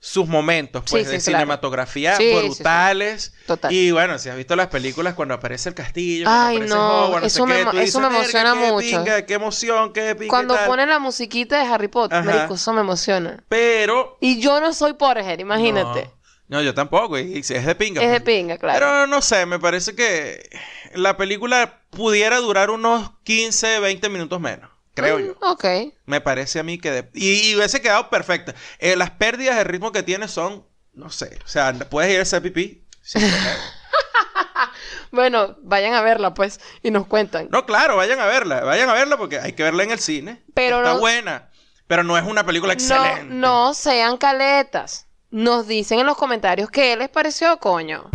S1: sus momentos
S2: Sí,
S1: pues
S2: sí,
S1: de
S2: claro.
S1: cinematografía
S2: Sí, sí, sí.
S1: brutales
S2: Total.
S1: y bueno si has visto las películas cuando aparece el castillo
S2: Ay,
S1: cuando aparece
S2: no,
S1: Hogwarts,
S2: eso me emo-
S1: tú
S2: eso me
S1: "Verga,
S2: emociona
S1: qué
S2: mucho".
S1: pinga, qué emoción qué pinga y
S2: Cuando
S1: tal".
S2: ponen la musiquita de Harry Potter,
S1: Ajá.
S2: marico, eso me emociona.
S1: pero
S2: Y yo no soy Porger, imagínate.
S1: no, no, yo tampoco y, y si es de pinga
S2: Es de
S1: pues.
S2: pinga, claro.
S1: pero no sé me parece que la película pudiera durar unos 15 20 minutos menos creo
S2: Mm,
S1: yo
S2: Ok.
S1: me parece a mí que... de- Y, y hubiese quedado perfecta. Eh, las pérdidas de ritmo que tiene son... No sé. O sea, puedes ir a hacer pipí. sin problema.
S2: Bueno, vayan a verla, pues, y nos cuentan.
S1: no, claro. Vayan a verla. Vayan a verla porque hay que verla en el cine.
S2: Pero
S1: Está
S2: no-
S1: buena. Pero no es una película excelente.
S2: No, no sean caletas. Nos dicen en los comentarios qué les pareció, coño.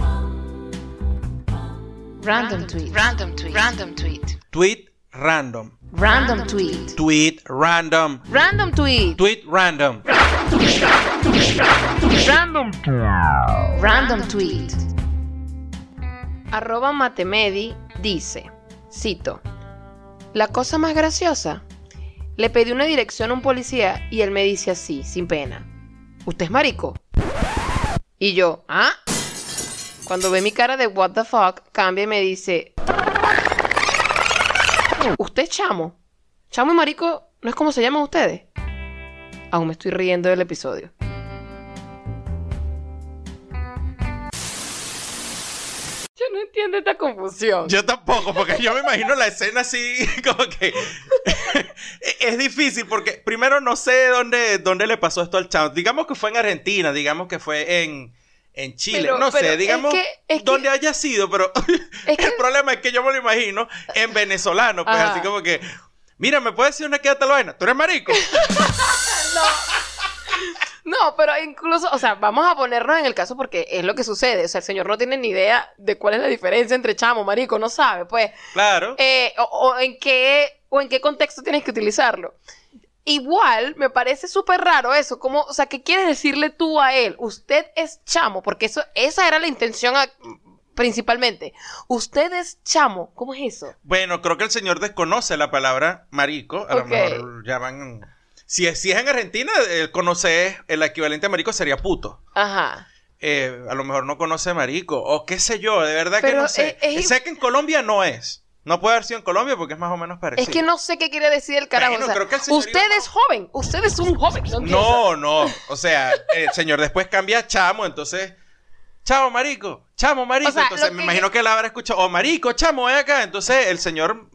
S2: Random tweet. Random tweet. Random tweet.
S1: Tweet random.
S2: Random tweet.
S1: Tweet random.
S2: Random tweet.
S1: Tweet random.
S2: Random tweet. Arroba Matemedi dice, cito, la cosa más graciosa. Le pedí una dirección a un policía y él me dice así, sin pena. ¿Usted es marico? Y yo, ¿ah? Cuando ve mi cara de what the fuck, cambia y me dice, ¿usted es chamo? Chamo y marico no es como se llaman ustedes. Aún me estoy riendo del episodio. Yo no entiendo esta confusión.
S1: Yo tampoco, porque yo me imagino la escena así, como que es difícil, porque primero no sé dónde, dónde le pasó esto al chavo. Digamos que fue en Argentina, digamos que fue en, en Chile,
S2: Pero-
S1: no
S2: pero
S1: sé,
S2: es
S1: digamos
S2: que- es que-
S1: dónde haya sido, pero
S2: Es que
S1: el problema es que yo me lo imagino en venezolano, pues
S2: Ajá.
S1: así como que, mira, ¿me puedes decir una queda tal vaina? ¿Tú eres marico?
S2: No, pero incluso, o sea, vamos a ponernos en el caso porque es lo que sucede. O sea, el señor no tiene ni idea de cuál es la diferencia entre chamo, marico, no sabe, pues.
S1: Claro.
S2: Eh, o, o en qué, o en qué contexto tienes que utilizarlo. Igual me parece súper raro eso, como, o sea, ¿qué quieres decirle tú a él? Usted es chamo, porque eso, esa era la intención a- principalmente. Usted es chamo, ¿cómo es eso?
S1: Bueno, creo que el señor desconoce la palabra marico. A
S2: Ok.
S1: lo mejor llaman... Si es, si es en Argentina, eh, conoce el equivalente a marico sería puto.
S2: Ajá.
S1: eh, a lo mejor no conoce marico, o qué sé yo, de verdad que
S2: Pero e,
S1: no sé.
S2: es- es-
S1: Sé que en Colombia no es. No puede haber sido en Colombia porque es más o menos parecido.
S2: Es que no sé qué quiere decir el carajo.
S1: Pues Bueno,
S2: o sea,
S1: creo que el señor
S2: usted
S1: iba-
S2: es joven, usted es un joven. No, entiendo.
S1: No, no. O sea, el señor después cambia a chamo, entonces. Chamo, marico. Chamo, marico.
S2: O sea,
S1: entonces
S2: lo
S1: me
S2: que-
S1: imagino que él habrá escuchado. O marico, chamo, ven acá. Entonces el señor.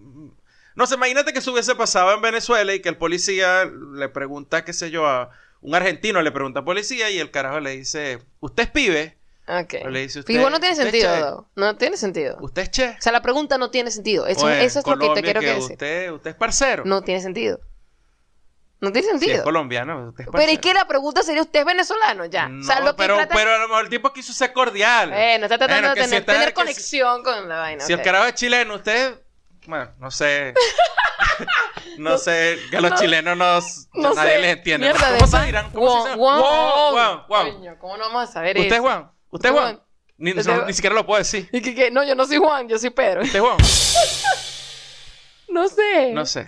S1: No sé, imagínate que eso hubiese pasado en Venezuela y que el policía le pregunta, qué sé yo, a un argentino le pregunta a policía y el carajo le dice, ¿usted es pibe?
S2: Ok.
S1: O le dice usted,
S2: Fijo, no tiene
S1: usted
S2: sentido,
S1: che.
S2: Dodo. No tiene sentido.
S1: ¿Usted es che?
S2: O sea, la pregunta no tiene sentido. Eso,
S1: O en
S2: eso es lo que
S1: Colombia
S2: te quiero que decir.
S1: Usted, usted es parcero.
S2: No tiene sentido. No tiene
S1: Si es
S2: sentido.
S1: colombiano, usted es
S2: pero es
S1: parcero.
S2: que la pregunta sería, ¿usted es venezolano? Ya. o sea,
S1: No,
S2: lo que
S1: pero,
S2: trata-
S1: pero a lo mejor el tipo quiso ser cordial.
S2: Bueno, está tratando
S1: Bueno, que
S2: de
S1: si
S2: tener,
S1: está-
S2: tener
S1: que si-
S2: conexión con la vaina.
S1: Si el
S2: ok.
S1: carajo es chileno, usted. Bueno, no sé. no sé. Que a los
S2: No-
S1: chilenos nos,
S2: No
S1: nadie
S2: sé.
S1: les entiende.
S2: Mierda de
S1: ¿Cómo se
S2: pan.
S1: dirán? ¿Cómo
S2: Juan,
S1: se dice?
S2: Juan,
S1: Wow, wow, wow.
S2: Coño, ¿cómo no vamos a saber
S1: ¿Usted es
S2: eso?
S1: Juan? ¿Usted es
S2: Juan.
S1: Juan? Ni,
S2: Usted es
S1: no- ni
S2: Juan.
S1: siquiera lo puedo decir.
S2: Y que, que, no, yo no soy Juan, yo soy Pedro.
S1: ¿Usted es Juan?
S2: No sé.
S1: No sé.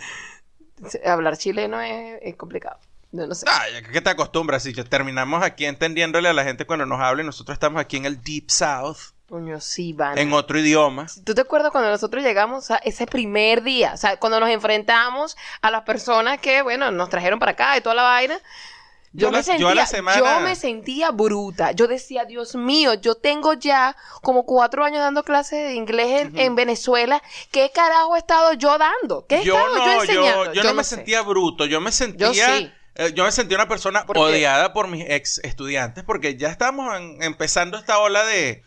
S1: Ah.
S2: Hablar chileno es, es complicado. Yo no sé.
S1: Ay, ¿qué te acostumbras? Si ya terminamos aquí entendiéndole a la gente cuando nos habla y nosotros estamos aquí en el Deep South,
S2: Coño, sí, van.
S1: en otro idioma.
S2: ¿Tú te acuerdas cuando nosotros llegamos a ese primer día? O sea, cuando nos enfrentamos a las personas que, bueno, nos trajeron para acá y toda la vaina. Yo,
S1: Yo
S2: me
S1: la- yo
S2: sentía,
S1: a la semana-
S2: yo me sentía bruta. Yo decía, Dios mío, yo tengo ya como cuatro años dando clases de inglés en, en Venezuela. ¿Qué carajo he estado yo dando? ¿Qué he
S1: Yo
S2: estado
S1: no,
S2: yo
S1: yo,
S2: enseñando?
S1: yo no me
S2: sé.
S1: sentía bruto, yo me sentía... eh, Yo,
S2: sí.
S1: me sentía una persona
S2: ¿Por qué?
S1: odiada por mis ex estudiantes porque ya estábamos en- empezando esta ola de,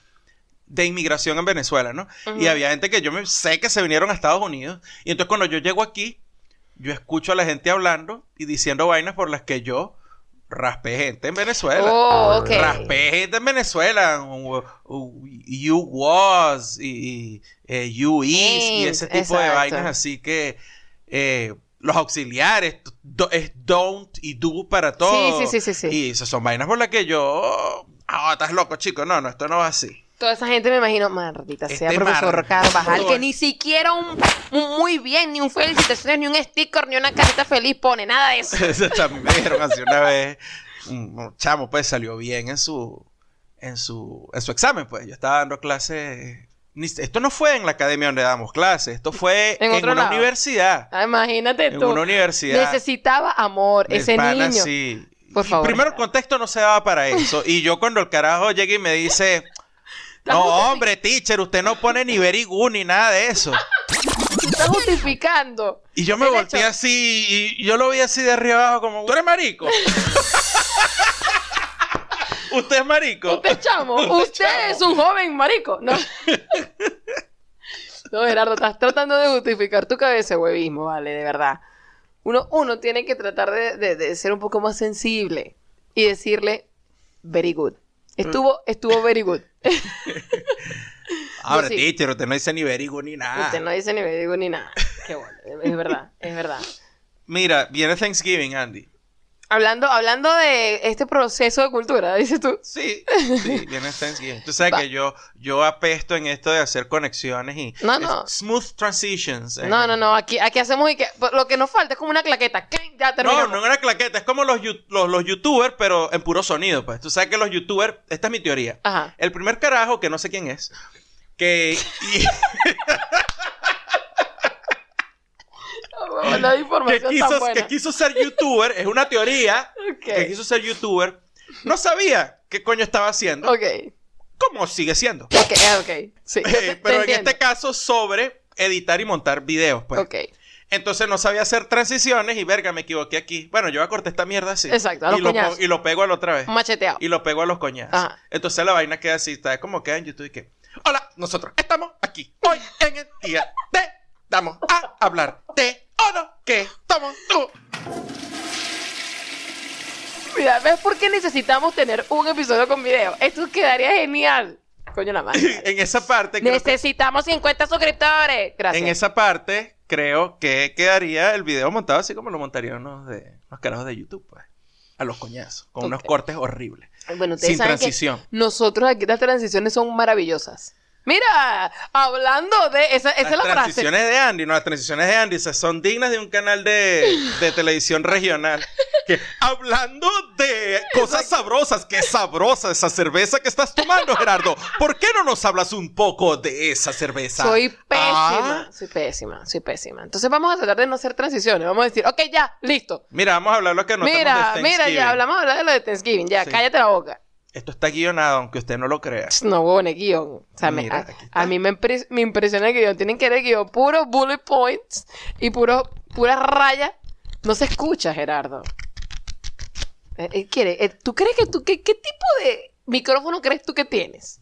S1: de inmigración en Venezuela, ¿no? Y
S2: Ujú.
S1: había gente que yo me, sé que se vinieron a Estados Unidos. Y entonces cuando yo llego aquí, yo escucho a la gente hablando y diciendo vainas por las que yo raspé gente en Venezuela.
S2: Oh, ok.
S1: Raspé gente en Venezuela. u- u- You was y, y, eh, you is y ese tipo
S2: Ain't,
S1: de
S2: exacto.
S1: vainas. Así que eh, los auxiliares do- es don't y do para todo.
S2: sí, sí, sí, sí.
S1: Y esas son vainas por las que yo. Ah, estás loco, chico. No, no, esto no va así.
S2: Toda esa gente me imagino, maldita sea,
S1: Este
S2: profesor
S1: mar-
S2: Carvajal,
S1: Todo.
S2: que ni siquiera un, un muy bien, ni un felicitaciones, ni un sticker, ni una carita feliz pone, nada de eso.
S1: Eso también me dijeron así una vez. Un un chamo, pues, salió bien en su, en su, en su examen, pues. Yo estaba dando clases. ni- Esto no fue en la academia donde damos clases. Esto fue
S2: En
S1: en,
S2: otro
S1: una
S2: lado.
S1: universidad.
S2: Ah, imagínate
S1: En
S2: tú.
S1: una universidad.
S2: Necesitaba amor
S1: El
S2: ese
S1: pana,
S2: niño.
S1: sí.
S2: Por
S1: Y
S2: favor.
S1: Primero el contexto no se daba para eso. Y yo cuando el carajo llega y me dice,
S2: Estás
S1: no
S2: justifi-
S1: hombre, teacher, usted no pone ni Berigú ni nada de eso.
S2: Tú estás justificando.
S1: Y yo me
S2: El
S1: volteé
S2: hecho-
S1: así y yo lo vi así de arriba abajo como, ¿tú eres marico? ¿Usted es marico?
S2: Usted chamo, usted es un joven marico. No. No, Gerardo, estás tratando de justificar tu cabeza, huevismo, vale, de verdad. Uno, uno tiene que tratar de, de- de ser un poco más sensible y decirle, very good.
S1: Mm.
S2: Estuvo, estuvo very good.
S1: Ahora,
S2: sí.
S1: teacher, Ah, usted no dice ni Berigú ni nada.
S2: Usted no dice ni very good ni nada. Qué bueno, es verdad, es verdad.
S1: Mira, viene Thanksgiving, Andy.
S2: Hablando, hablando de este proceso de cultura, dices tú.
S1: Sí, sí, viene Thanksgiving. Tú sabes
S2: Va.
S1: que yo, yo apesto en esto de hacer conexiones y
S2: No, no.
S1: smooth transitions. eh.
S2: No, no, no, aquí, aquí hacemos y que, pues, lo que nos falta es como una claqueta. ¡clin! Ya terminamos.
S1: No, no es una claqueta, es como los, yu- los, los youtubers, pero en puro sonido, pues. Tú sabes que los youtubers, esta es mi teoría.
S2: Ajá.
S1: El primer carajo, que no sé quién es, que... y-
S2: La
S1: que,
S2: información tan
S1: quiso,
S2: buena.
S1: que quiso ser youtuber, es una teoría,
S2: Ok.
S1: que quiso ser youtuber, no sabía qué coño estaba haciendo,
S2: Ok,
S1: como sigue siendo.
S2: ok, ah, ok. Sí, yo te-
S1: Eh, pero
S2: te
S1: en
S2: entiendo.
S1: este caso sobre editar y montar videos, pues.
S2: Ok,
S1: Entonces no sabía hacer transiciones y verga, me equivoqué aquí. Bueno, yo voy a cortar esta mierda así.
S2: Exacto, a los
S1: y, lo,
S2: coñazos.
S1: pon- y lo pego a la otra vez.
S2: macheteado.
S1: Y lo pego a los coñazos.
S2: Ajá.
S1: Entonces la vaina queda así, está como queda en YouTube y que... Hola, nosotros estamos aquí hoy en el día te damos a hablar de oro que estamos tú.
S2: Mira, ¿ves por qué necesitamos tener un episodio con video? Esto quedaría genial. Coño, la madre.
S1: en esa parte creo
S2: este
S1: que-
S2: Necesitamos 50 suscriptores. Gracias.
S1: en esa parte creo que quedaría el video montado así como lo montarían unos de los carajos de YouTube pues a los coñazos con unos
S2: Ok.
S1: cortes horribles
S2: Bueno, ustedes
S1: sin
S2: saben
S1: transición.
S2: que nosotros aquí las transiciones son maravillosas. Mira, hablando de esa, esa es la
S1: las
S2: frase.
S1: transiciones de Andy no las transiciones de Andy o sea, son dignas de un canal de, de televisión regional que hablando de cosas sabrosas, qué sabrosa esa cerveza que estás tomando, Gerardo. ¿Por qué no nos hablas un poco de esa cerveza?
S2: Soy
S1: Ah.
S2: pésima, soy pésima, soy pésima. Entonces vamos a tratar de no hacer transiciones. Vamos a decir, ok, ya, listo.
S1: Mira, vamos a hablar lo que anotamos
S2: Mira,
S1: de
S2: mira,
S1: Thanksgiving.
S2: ya hablamos hablar de lo de Thanksgiving. Ya,
S1: Sí.
S2: cállate la boca.
S1: Esto está guionado, aunque usted no lo crea.
S2: Pss, No, huevón, es guión. O sea, me-
S1: Mira,
S2: a-
S1: aquí está.
S2: a, mí me, impres- me impresiona el guión. Tienen que ver el guión. Puro bullet points y puro, pura raya. No se escucha, Gerardo. Eh, eh, quiere- eh, ¿Tú crees que tú... Qué, ¿Qué tipo de micrófono crees tú que tienes?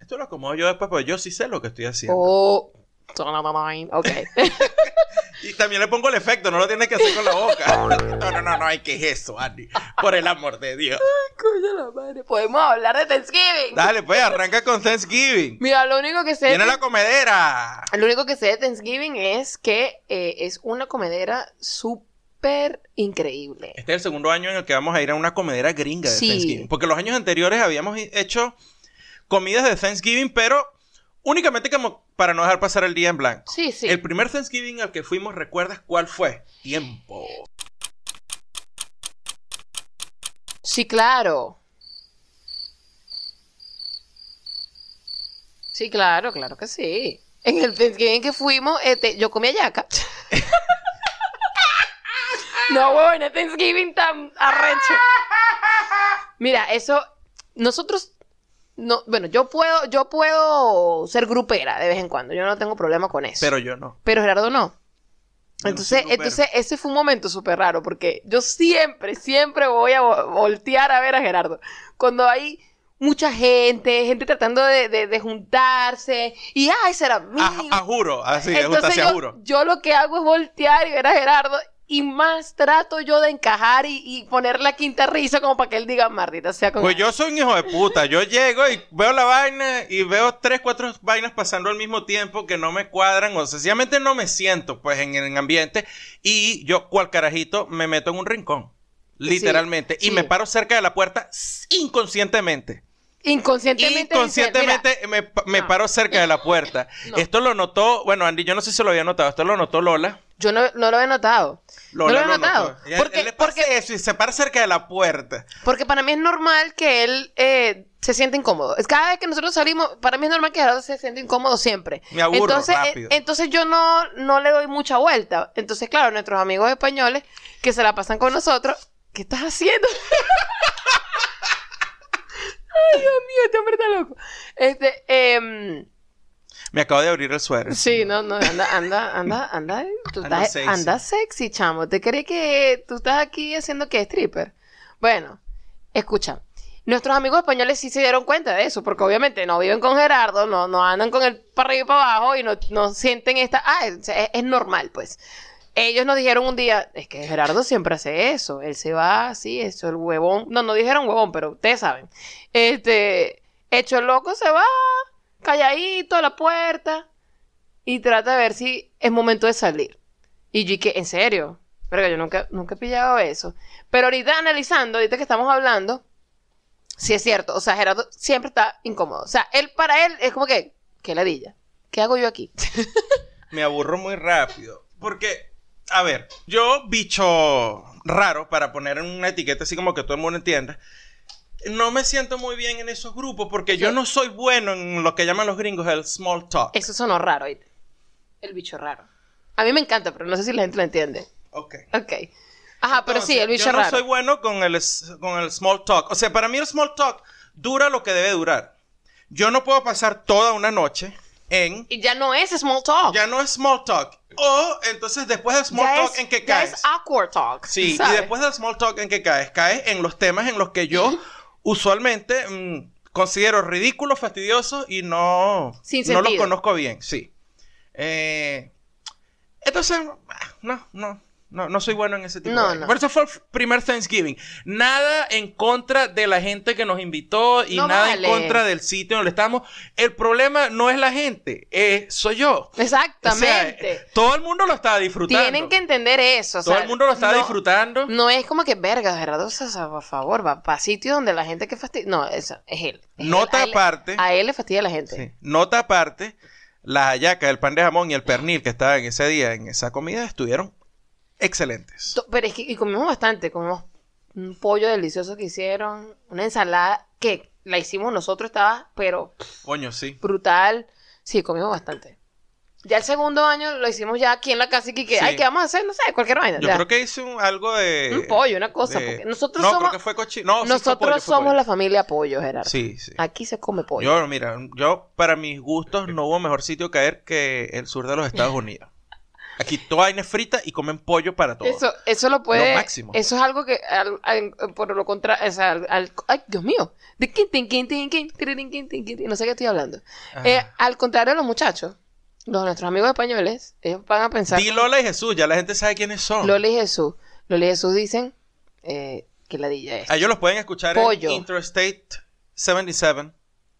S1: Esto lo acomodo yo después, porque yo sí sé lo que estoy haciendo.
S2: Oh... Ok.
S1: Y también le pongo el efecto, no lo tiene que hacer con la boca. No, no, no, no, hay que es eso, Andy. Por el amor de Dios.
S2: Coño la madre. Podemos hablar de Thanksgiving.
S1: Dale, pues, arranca con Thanksgiving.
S2: Mira, lo único que sé...
S1: Viene
S2: de-
S1: la comedera.
S2: Lo único que sé de Thanksgiving es que eh, es una comedera súper increíble.
S1: Este es el segundo año en el que vamos a ir a una comedera gringa de
S2: Sí.
S1: Thanksgiving. Porque los años anteriores habíamos i- hecho comidas de Thanksgiving, pero únicamente como para no dejar pasar el día en blanco.
S2: Sí, sí.
S1: El primer Thanksgiving al que fuimos, ¿recuerdas cuál fue? Tiempo.
S2: Sí, claro. Sí, claro, claro que sí. En el Thanksgiving que fuimos, este, yo comí yaca. no, bueno, el Thanksgiving tan arrecho. Mira, eso, nosotros, no, bueno, yo puedo, yo puedo ser grupera de vez en cuando. Yo no tengo problema con eso.
S1: Pero yo no.
S2: Pero Gerardo no.
S1: Yo no soy
S2: Entonces,
S1: grupero.
S2: entonces ese fue un momento súper raro porque yo siempre, siempre voy a vo- voltear a ver a Gerardo. Cuando hay mucha gente, gente tratando de, de- de juntarse y, ay,
S1: A,
S2: será amigo.
S1: a juro, así, a
S2: entonces
S1: juntarse a
S2: yo,
S1: juro.
S2: yo lo que hago es voltear y ver a Gerardo y más trato yo de encajar y, y poner la quinta risa como para que él diga, mardita sea con
S1: Pues
S2: ganas".
S1: yo soy un hijo de puta. Yo llego y veo la vaina y veo tres, cuatro vainas pasando al mismo tiempo que no me cuadran o sencillamente no me siento pues en el ambiente y yo cual carajito me meto en un rincón. Literalmente.
S2: sí.
S1: Y me paro cerca de la puerta s- inconscientemente.
S2: Inconscientemente. dice, "Mira,
S1: Inconscientemente me, pa- me
S2: no.
S1: paro cerca de la puerta.
S2: No.
S1: Esto lo notó, bueno Andy, yo no sé si lo había notado, esto lo notó Lola.
S2: yo no, no lo he notado.
S1: Lola
S2: no lo he notado.
S1: notó. Ella-
S2: Porque,
S1: él le pasa
S2: porque
S1: eso y se para cerca de la puerta.
S2: Porque para mí es normal que él eh, se sienta incómodo. Es Cada vez que nosotros salimos, para mí es normal que Gerardo se sienta incómodo siempre.
S1: Me aburro
S2: entonces, eh,
S1: rápido.
S2: entonces yo no, no le doy mucha vuelta. Entonces, claro, nuestros amigos españoles que se la pasan con nosotros, ¿qué estás haciendo? Ay, Dios mío, este hombre está loco. Este, em,
S1: Me acabo de abrir el suéter.
S2: sí, no, no, anda, anda, anda, anda. Tú
S1: Anda
S2: estás-
S1: sexy.
S2: anda sexy, chamo. ¿Te crees que tú estás aquí haciendo que stripper? Bueno, escucha. Nuestros amigos españoles sí se dieron cuenta de eso, porque obviamente no viven con Gerardo, no, no andan con él para arriba y para abajo y no, no sienten esta. Ah, es, es- es normal, pues. Ellos nos dijeron un día, es que Gerardo siempre hace eso, él se va así, eso, el huevón. No, no dijeron huevón, pero ustedes saben. Este, hecho loco se va, calladito a la puerta y trata de ver si es momento de salir. Y yo que, en serio, pero yo nunca, nunca he pillado eso. Pero ahorita analizando, ahorita que estamos hablando, sí es cierto. O sea, Gerardo siempre está incómodo. O sea, él para él es como que, qué ladilla. ¿Qué hago yo aquí?
S1: me aburro muy rápido. Porque, a ver, yo, bicho raro, para poner en una etiqueta así como que todo el mundo entienda, no me siento muy bien en esos grupos porque yo
S2: Yo-
S1: no soy bueno en lo que llaman los gringos el small talk.
S2: Eso sonó raro, ¿oíste? El bicho raro. A mí me encanta, pero no sé si la gente lo entiende.
S1: Ok.
S2: Ok. Ajá, pero sí,
S1: Entonces,
S2: el bicho
S1: yo no
S2: raro.
S1: soy bueno con el, s- con el small talk. O sea, para mí el small talk dura lo que debe durar. Yo no puedo pasar toda una noche en...
S2: Y ya no es small talk.
S1: Ya no es small talk. O entonces después de small
S2: Ya
S1: talk
S2: es-
S1: en que
S2: ya
S1: caes.
S2: es awkward talk.
S1: Sí, y
S2: ¿sabes?
S1: después del small talk en que caes, caes en los temas en los que yo usualmente mm, considero ridículos, fastidiosos y no,
S2: Sin
S1: no los
S2: sentido.
S1: conozco bien, sí. Eh, entonces, ah, no, no. No, no soy bueno en ese tipo
S2: No,
S1: de vainas.
S2: no.
S1: Por eso fue el f- primer Thanksgiving. Nada en contra de la gente que nos invitó y
S2: No
S1: nada
S2: vale.
S1: en contra del sitio donde estamos. El problema no es la gente, eh, soy yo. O sea, eh,
S2: Exactamente.
S1: todo el mundo lo estaba disfrutando.
S2: Tienen que entender eso. o
S1: Todo
S2: sea,
S1: el mundo lo estaba
S2: no-
S1: disfrutando.
S2: No es como que verga, Gerardo, o sea, por favor, va para sitio donde la gente que fastidia. No, eso es él. Es
S1: Nota
S2: él, a él-
S1: aparte.
S2: A él le fastidia la gente.
S1: Sí. Nota aparte, las hallacas, el pan de jamón y el pernil que estaban ese día en esa comida estuvieron excelentes.
S2: To- Pero es que y comimos bastante, comimos un pollo delicioso que hicieron, una ensalada que la hicimos nosotros, estaba, pero
S1: Coño, sí.
S2: brutal. Sí, comimos bastante. Ya el segundo año lo hicimos ya aquí en la casa y que,
S1: Sí.
S2: ay, ¿qué vamos a hacer? No sé, cualquier vaina.
S1: Yo
S2: ya.
S1: creo que hice un- algo de...
S2: un pollo, una cosa.
S1: de-
S2: porque nosotros
S1: no,
S2: somos,
S1: creo que fue cochino. No, sí fue
S2: nosotros
S1: pollo, fue
S2: somos
S1: pollo.
S2: la familia pollo, Gerardo.
S1: Sí, sí.
S2: Aquí se come pollo.
S1: Yo, mira, yo para mis gustos no hubo mejor sitio caer que el sur de los Estados Unidos. Aquí toda vaina es frita y comen pollo para todo.
S2: Eso, eso lo puede.
S1: Lo máximo.
S2: Eso es algo que, al- al- por lo contrario, o sea, al- al- ay, Dios mío. De quin, tin, quin, tin, quin, tiririn, quin, tin, quin, tin. No sé qué estoy hablando.
S1: Ah.
S2: Eh, al contrario de los muchachos, los nuestros amigos españoles, ellos van a pensar.
S1: Di Lola y Jesús, ya la gente sabe quiénes son.
S2: Lola y Jesús. Lola y Jesús dicen eh, que la DJ es.
S1: A Ah, ellos los pueden escuchar
S2: Pollo.
S1: en Interstate 77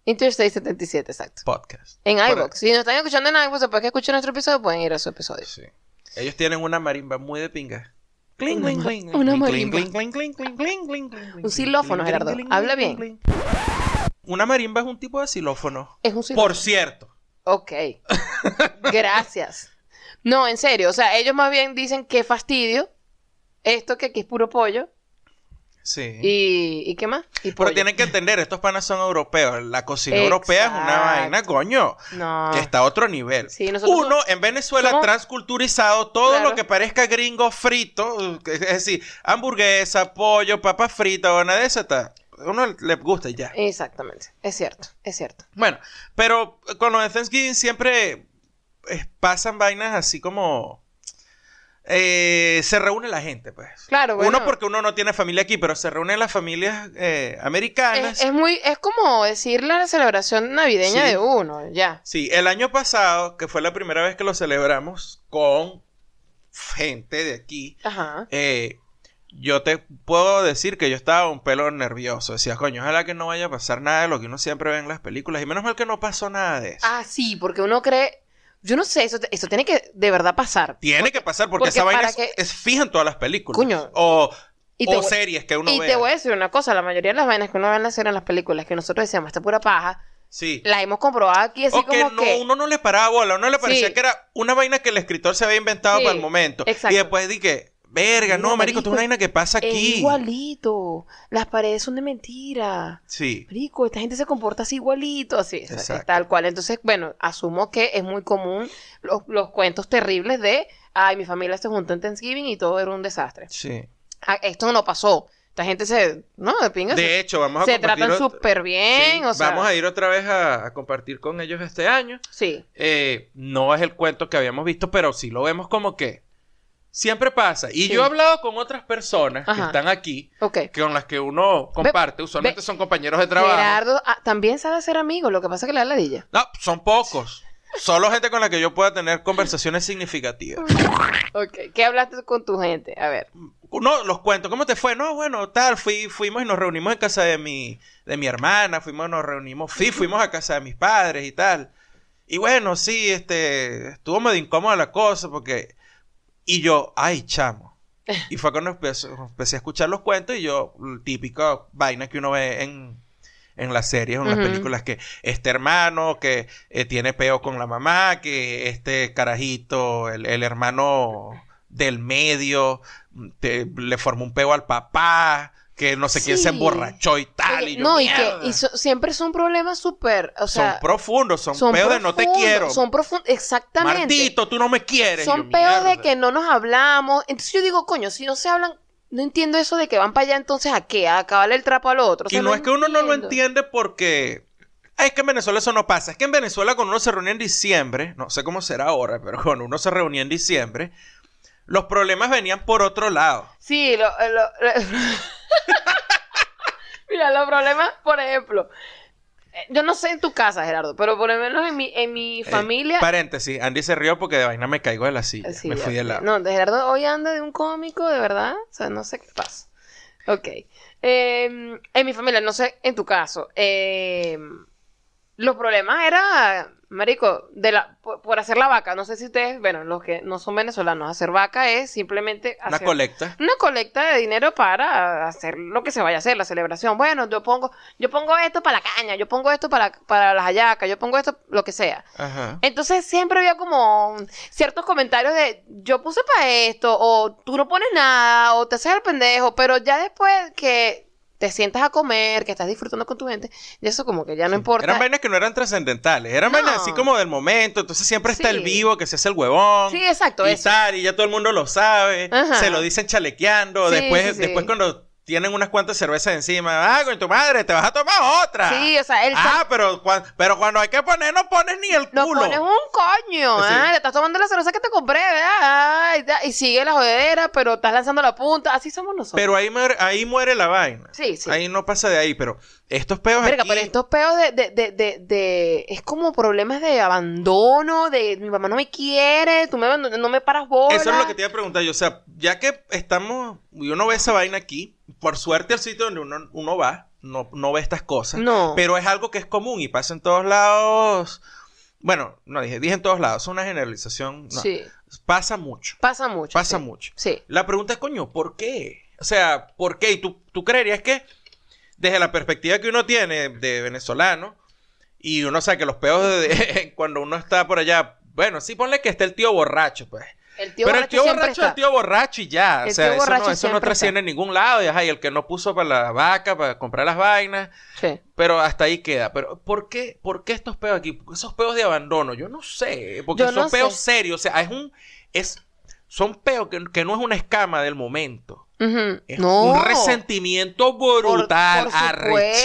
S2: Interstate 77, exacto.
S1: Podcast.
S2: En
S1: Correcto.
S2: iVoox. Si nos están escuchando en iVoox, después que escuchen nuestro episodio, pueden ir a su episodio.
S1: Sí. Ellos tienen una marimba muy de pinga.
S2: Una ma- una marimba. Un
S1: Un
S2: xilófono, Gerardo. Habla bien.
S1: Una marimba es un tipo de xilófono.
S2: Es un silencio.
S1: Por cierto.
S2: Ok. Gracias. No, en serio. O sea, ellos más bien dicen que fastidio. Esto que aquí es puro pollo.
S1: Sí.
S2: ¿Y, ¿y qué más? Y
S1: Pero
S2: pollo.
S1: tienen que entender, estos panas son europeos. La cocina
S2: Exacto.
S1: europea es una vaina, coño,
S2: No.
S1: que está a otro nivel.
S2: Sí, nosotros
S1: Uno, en Venezuela,
S2: somos-
S1: transculturizado, todo
S2: Claro.
S1: lo que parezca gringo frito, eh, es decir, hamburguesa, pollo, papa frita, o nada de eso, está. Uno le gusta y
S2: Eh.
S1: ya.
S2: Exactamente. Es cierto, es cierto.
S1: Bueno, pero con los de Thanksgiving siempre eh, pasan vainas así como... eh, se reúne la gente, pues.
S2: Claro, bueno.
S1: Uno porque uno no tiene familia aquí, pero se reúnen las familias eh, americanas.
S2: Es, es muy, es como decir la celebración navideña
S1: Sí.
S2: de uno, ya.
S1: Sí, el año pasado, que fue la primera vez que lo celebramos con gente de aquí,
S2: Ajá.
S1: eh, yo te puedo decir que yo estaba un pelo nervioso. Decía, coño, ojalá que no vaya a pasar nada de lo que uno siempre ve en las películas. Y menos mal que no pasó nada de eso.
S2: Ah, sí, porque uno cree. Yo no sé, eso, eso tiene que de verdad pasar.
S1: Tiene que pasar porque,
S2: porque
S1: esa vaina
S2: para
S1: es,
S2: que-
S1: es fija en todas las películas.
S2: Coño.
S1: O,
S2: Y
S1: o
S2: te, voy-
S1: series que uno
S2: y
S1: ve.
S2: te voy a decir una cosa: la mayoría de las vainas que uno ve en las series, en las películas, que nosotros decíamos, esta pura paja,
S1: Sí.
S2: la hemos comprobado aquí, así
S1: o que
S2: como
S1: no,
S2: que.
S1: uno no le paraba bola, uno le parecía
S2: Sí.
S1: que era una vaina que el escritor se había inventado
S2: Sí,
S1: para el momento.
S2: exacto.
S1: Y después dije, verga,
S2: Mira,
S1: no, marico, esto es una
S2: marico,
S1: vaina que pasa aquí.
S2: Es igualito. Las paredes son de mentira.
S1: Sí.
S2: Rico, esta gente se comporta así igualito, así, o sea,
S1: Exacto.
S2: tal cual. Entonces, bueno, asumo que es muy común los, los cuentos terribles de, ay, mi familia se juntó en Thanksgiving y todo era un desastre.
S1: Sí.
S2: Ah, esto no pasó. Esta gente se, no, de pinga, se-
S1: De hecho, vamos a
S2: se
S1: compartir
S2: tratan
S1: ot-
S2: súper bien,
S1: Sí,
S2: o sea,
S1: Vamos a ir otra vez a, a compartir con ellos este año.
S2: sí,
S1: Eh, no es el cuento que habíamos visto, pero sí lo vemos como que siempre pasa. Y
S2: Sí.
S1: yo he hablado con otras personas que
S2: Ajá.
S1: están aquí,
S2: ok.
S1: que con las que uno comparte, usualmente
S2: ve-
S1: son compañeros de trabajo.
S2: Gerardo ah, también sabe ser amigo, lo que pasa es que le da ladilla.
S1: No, son pocos. Solo gente con la que yo pueda tener conversaciones significativas.
S2: Ok, ¿qué hablaste con tu gente? A ver,
S1: No, los cuento. ¿Cómo te fue? No, bueno, tal. Fui, fuimos y nos reunimos en casa de mi, de mi hermana. Fuimos, nos reunimos. Sí, fuimos a casa de mis padres y tal. Y bueno, sí, este, estuvo medio incómoda la cosa porque... Y yo, ay, chamo. Y fue cuando empecé, empecé a escuchar los cuentos y yo, típica vaina que uno ve en, en las series o en
S2: Ujú.
S1: las películas, que este hermano que eh, tiene peo con la mamá, que este carajito, el, el hermano del medio, te- le formó un peo al papá, que no sé quién
S2: Sí.
S1: se emborrachó y tal.
S2: Oye,
S1: y yo,
S2: no, y que
S1: "Mierda".
S2: y so- siempre son problemas súper, o sea,
S1: son profundos, son,
S2: son
S1: peos de no te
S2: profundos,
S1: quiero.
S2: Son profundos, exactamente.
S1: Martito, tú no me quieres.
S2: son
S1: Yo,
S2: peos de
S1: "Mierda".
S2: que no nos hablamos. Entonces yo digo, coño, si no se hablan, no entiendo eso de que van para allá, entonces a qué, a acabarle el trapo al otro. O sea,
S1: y no es que uno no lo
S2: entiendo.
S1: entiende porque. "Ah, Es que en Venezuela eso no pasa. Es que en Venezuela cuando uno se reunía en diciembre, no sé cómo será ahora, pero cuando uno se reunía en diciembre, los problemas venían por otro lado.
S2: Sí, lo, lo- lo- Mira, los problemas, por ejemplo, eh, yo no sé en tu casa, Gerardo, pero por lo menos en mi, en mi
S1: Eh,
S2: familia.
S1: paréntésis, Andy se rió porque de vaina me caigo de la silla.
S2: Sí,
S1: me
S2: ya
S1: fui de
S2: sé.
S1: lado.
S2: No, de Gerardo hoy anda de un cómico, de verdad. O sea, no sé qué pasa. Em, Ok. Eh, en mi familia, no sé, en tu caso, eh, los problemas era, marico, de la, por, por hacer la vaca. No sé si ustedes, bueno, los que no son venezolanos, hacer vaca es simplemente
S1: Una
S2: hacer
S1: colecta.
S2: una colecta de dinero para hacer lo que se vaya a hacer, la celebración. Bueno, yo pongo, yo pongo esto para la caña, yo pongo esto para, para las hallacas, yo pongo esto, lo que sea.
S1: Ajá.
S2: Entonces siempre había como ciertos comentarios de yo puse para esto, o tú no pones nada, o te haces el pendejo, pero ya después que te sientas a comer, que estás disfrutando con tu gente, y eso como que ya no importa.
S1: Eran vainas que no eran trascendentales, eran
S2: No.
S1: vainas así como del momento, entonces siempre está el
S2: Sí.
S1: vivo que se hace el huevón.
S2: Sí, exacto,
S1: y
S2: eso.
S1: tal, y ya todo el mundo lo sabe,
S2: Ajá.
S1: se lo dicen chalequeando,
S2: Sí,
S1: después,
S2: sí, sí.
S1: después cuando tienen unas cuantas cervezas encima, ah, con tu madre, te vas a tomar otra.
S2: Sí, o sea, el
S1: Ah, pero, cua- pero cuando hay que poner, no pones ni el
S2: No
S1: culo.
S2: pones un coño,
S1: Sí.
S2: ah, le estás tomando la cerveza que te compré, ¿verdad? Ah, y ta- y sigue la jodedera, pero estás lanzando la punta, así somos nosotros.
S1: Pero ahí muere, ahí muere la vaina.
S2: sí, sí.
S1: Ahí no pasa de ahí, pero estos peos
S2: Verga,
S1: aquí-
S2: pero estos peos de, de, de, de, de- Es como problemas de abandono, de mi mamá no me quiere, tú me, abandon- no me paras bola.
S1: Eso es lo que te iba a preguntar yo. O sea, ya que estamos, yo no ve esa vaina aquí, por suerte el sitio donde uno, uno va, no, no ve estas cosas.
S2: No.
S1: Pero es algo que es común y pasa en todos lados. Bueno, no dije, dije en todos lados, es una generalización. no.
S2: Sí,
S1: Pasa mucho,
S2: pasa mucho.
S1: pasa
S2: sí.
S1: mucho.
S2: Sí.
S1: La pregunta es, coño, ¿por qué? O sea, ¿por qué? Y tú, tú creerías que desde la perspectiva que uno tiene de venezolano, y uno sabe que los peos de- cuando uno está por allá, bueno, sí, ponle que esté el tío borracho, pues.
S2: El tío
S1: Pero el
S2: borracho
S1: tío
S2: siempre
S1: borracho es
S2: está.
S1: el tío borracho y ya.
S2: El
S1: o sea,
S2: tío
S1: eso no, eso
S2: borracho
S1: no
S2: siempre
S1: trasciende en ningún lado. Y, ajá, y el que no puso para la vaca, para comprar las vainas.
S2: Sí.
S1: Pero hasta ahí queda. Pero ¿por qué, por qué estos peos aquí? Esos peos de abandono. Yo no sé. Porque
S2: Yo
S1: son
S2: no sé.
S1: peos serios. O sea, es un... Es, son peos que, que no es una escama del momento.
S2: Ujú.
S1: Es
S2: No.
S1: un resentimiento brutal,
S2: por supuesto.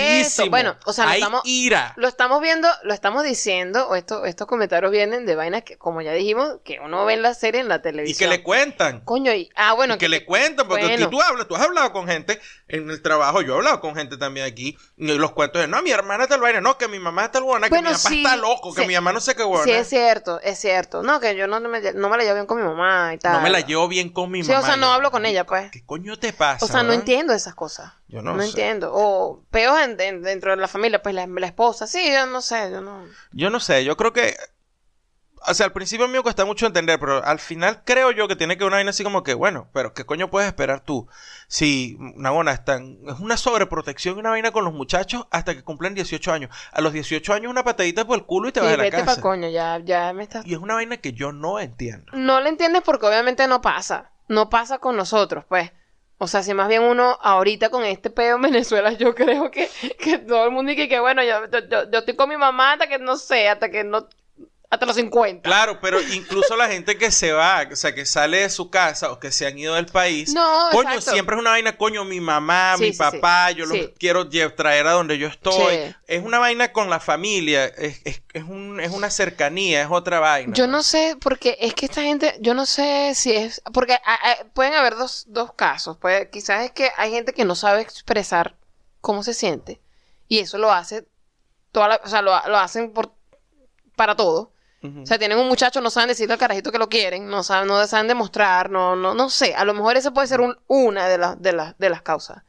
S1: arrechísimo.
S2: Bueno, o sea, lo
S1: Hay
S2: estamos-
S1: ira.
S2: Lo estamos viendo, lo estamos diciendo, o esto, estos comentarios vienen de vainas que, como ya dijimos, que uno ve en la serie, en la
S1: Y que
S2: televisión.
S1: le cuentan.
S2: Coño, y... Ah, bueno.
S1: y que, le cuentan, porque
S2: Bueno.
S1: tú, tú hablas, tú has hablado con gente en el trabajo, yo he hablado con gente también aquí, y los cuentos de, no, mi hermana tal vaina, no, que mi mamá está buena, que
S2: Bueno,
S1: mi papá
S2: sí,
S1: está loco, que
S2: sí.
S1: mi mamá no sé qué buena.
S2: Sí, es cierto, es cierto. No, que yo no me, no me la llevo bien con mi mamá y tal.
S1: no me la llevo bien con mi
S2: Sí,
S1: mamá.
S2: o sea, no
S1: Yo,
S2: hablo con ella, pues.
S1: ¿Qué coño te pasa?
S2: O sea, no
S1: verdad?
S2: entiendo esas cosas.
S1: Yo no,
S2: No,
S1: sé.
S2: entiendo. O peor en- en- dentro de la familia, pues la, la esposa. Sí, yo no sé, yo no.
S1: Yo no sé, yo creo que. O sea, al principio me cuesta mucho entender, pero al final creo yo que tiene que una vaina así como que, bueno, pero ¿qué coño puedes esperar tú? Si, Nagona, están, es una sobreprotección y una vaina con los muchachos hasta que cumplen 18 años. A los 18 años una patadita por el culo y te
S2: sí,
S1: vas de la
S2: vete
S1: casa.
S2: pa' coño, ya, ya me estás.
S1: Y es una vaina que yo no entiendo.
S2: No la entiendes porque obviamente no pasa. No pasa con nosotros, pues. O sea, si más bien uno ahorita con este pedo en Venezuela, yo creo que, que todo el mundo dice que bueno, yo, yo, yo- yo estoy con mi mamá hasta que no sé, hasta que no. hasta los 50.
S1: Claro, pero incluso la gente que se va, o sea, que sale de su casa o que se han ido del país.
S2: No,
S1: Coño,
S2: exacto.
S1: siempre es una vaina, coño, mi mamá,
S2: Sí,
S1: mi
S2: sí,
S1: papá,
S2: sí.
S1: yo
S2: Sí.
S1: los quiero lle- traer a donde yo estoy.
S2: Sí.
S1: Es una vaina con la familia, es, es, es un- es una cercanía, es otra vaina.
S2: Yo no sé, porque es que esta gente, yo no sé si es, porque a- a- pueden haber dos, dos casos. Puede, quizás es que hay gente que no sabe expresar cómo se siente y eso lo hace, toda la- o sea, lo, lo hacen por, para todo.
S1: Ujú.
S2: O sea, tienen un muchacho, no saben decirle al carajito que lo quieren, no saben, no saben demostrar, no, no, no sé. A lo mejor esa puede ser un- una de las, de las, de las causas.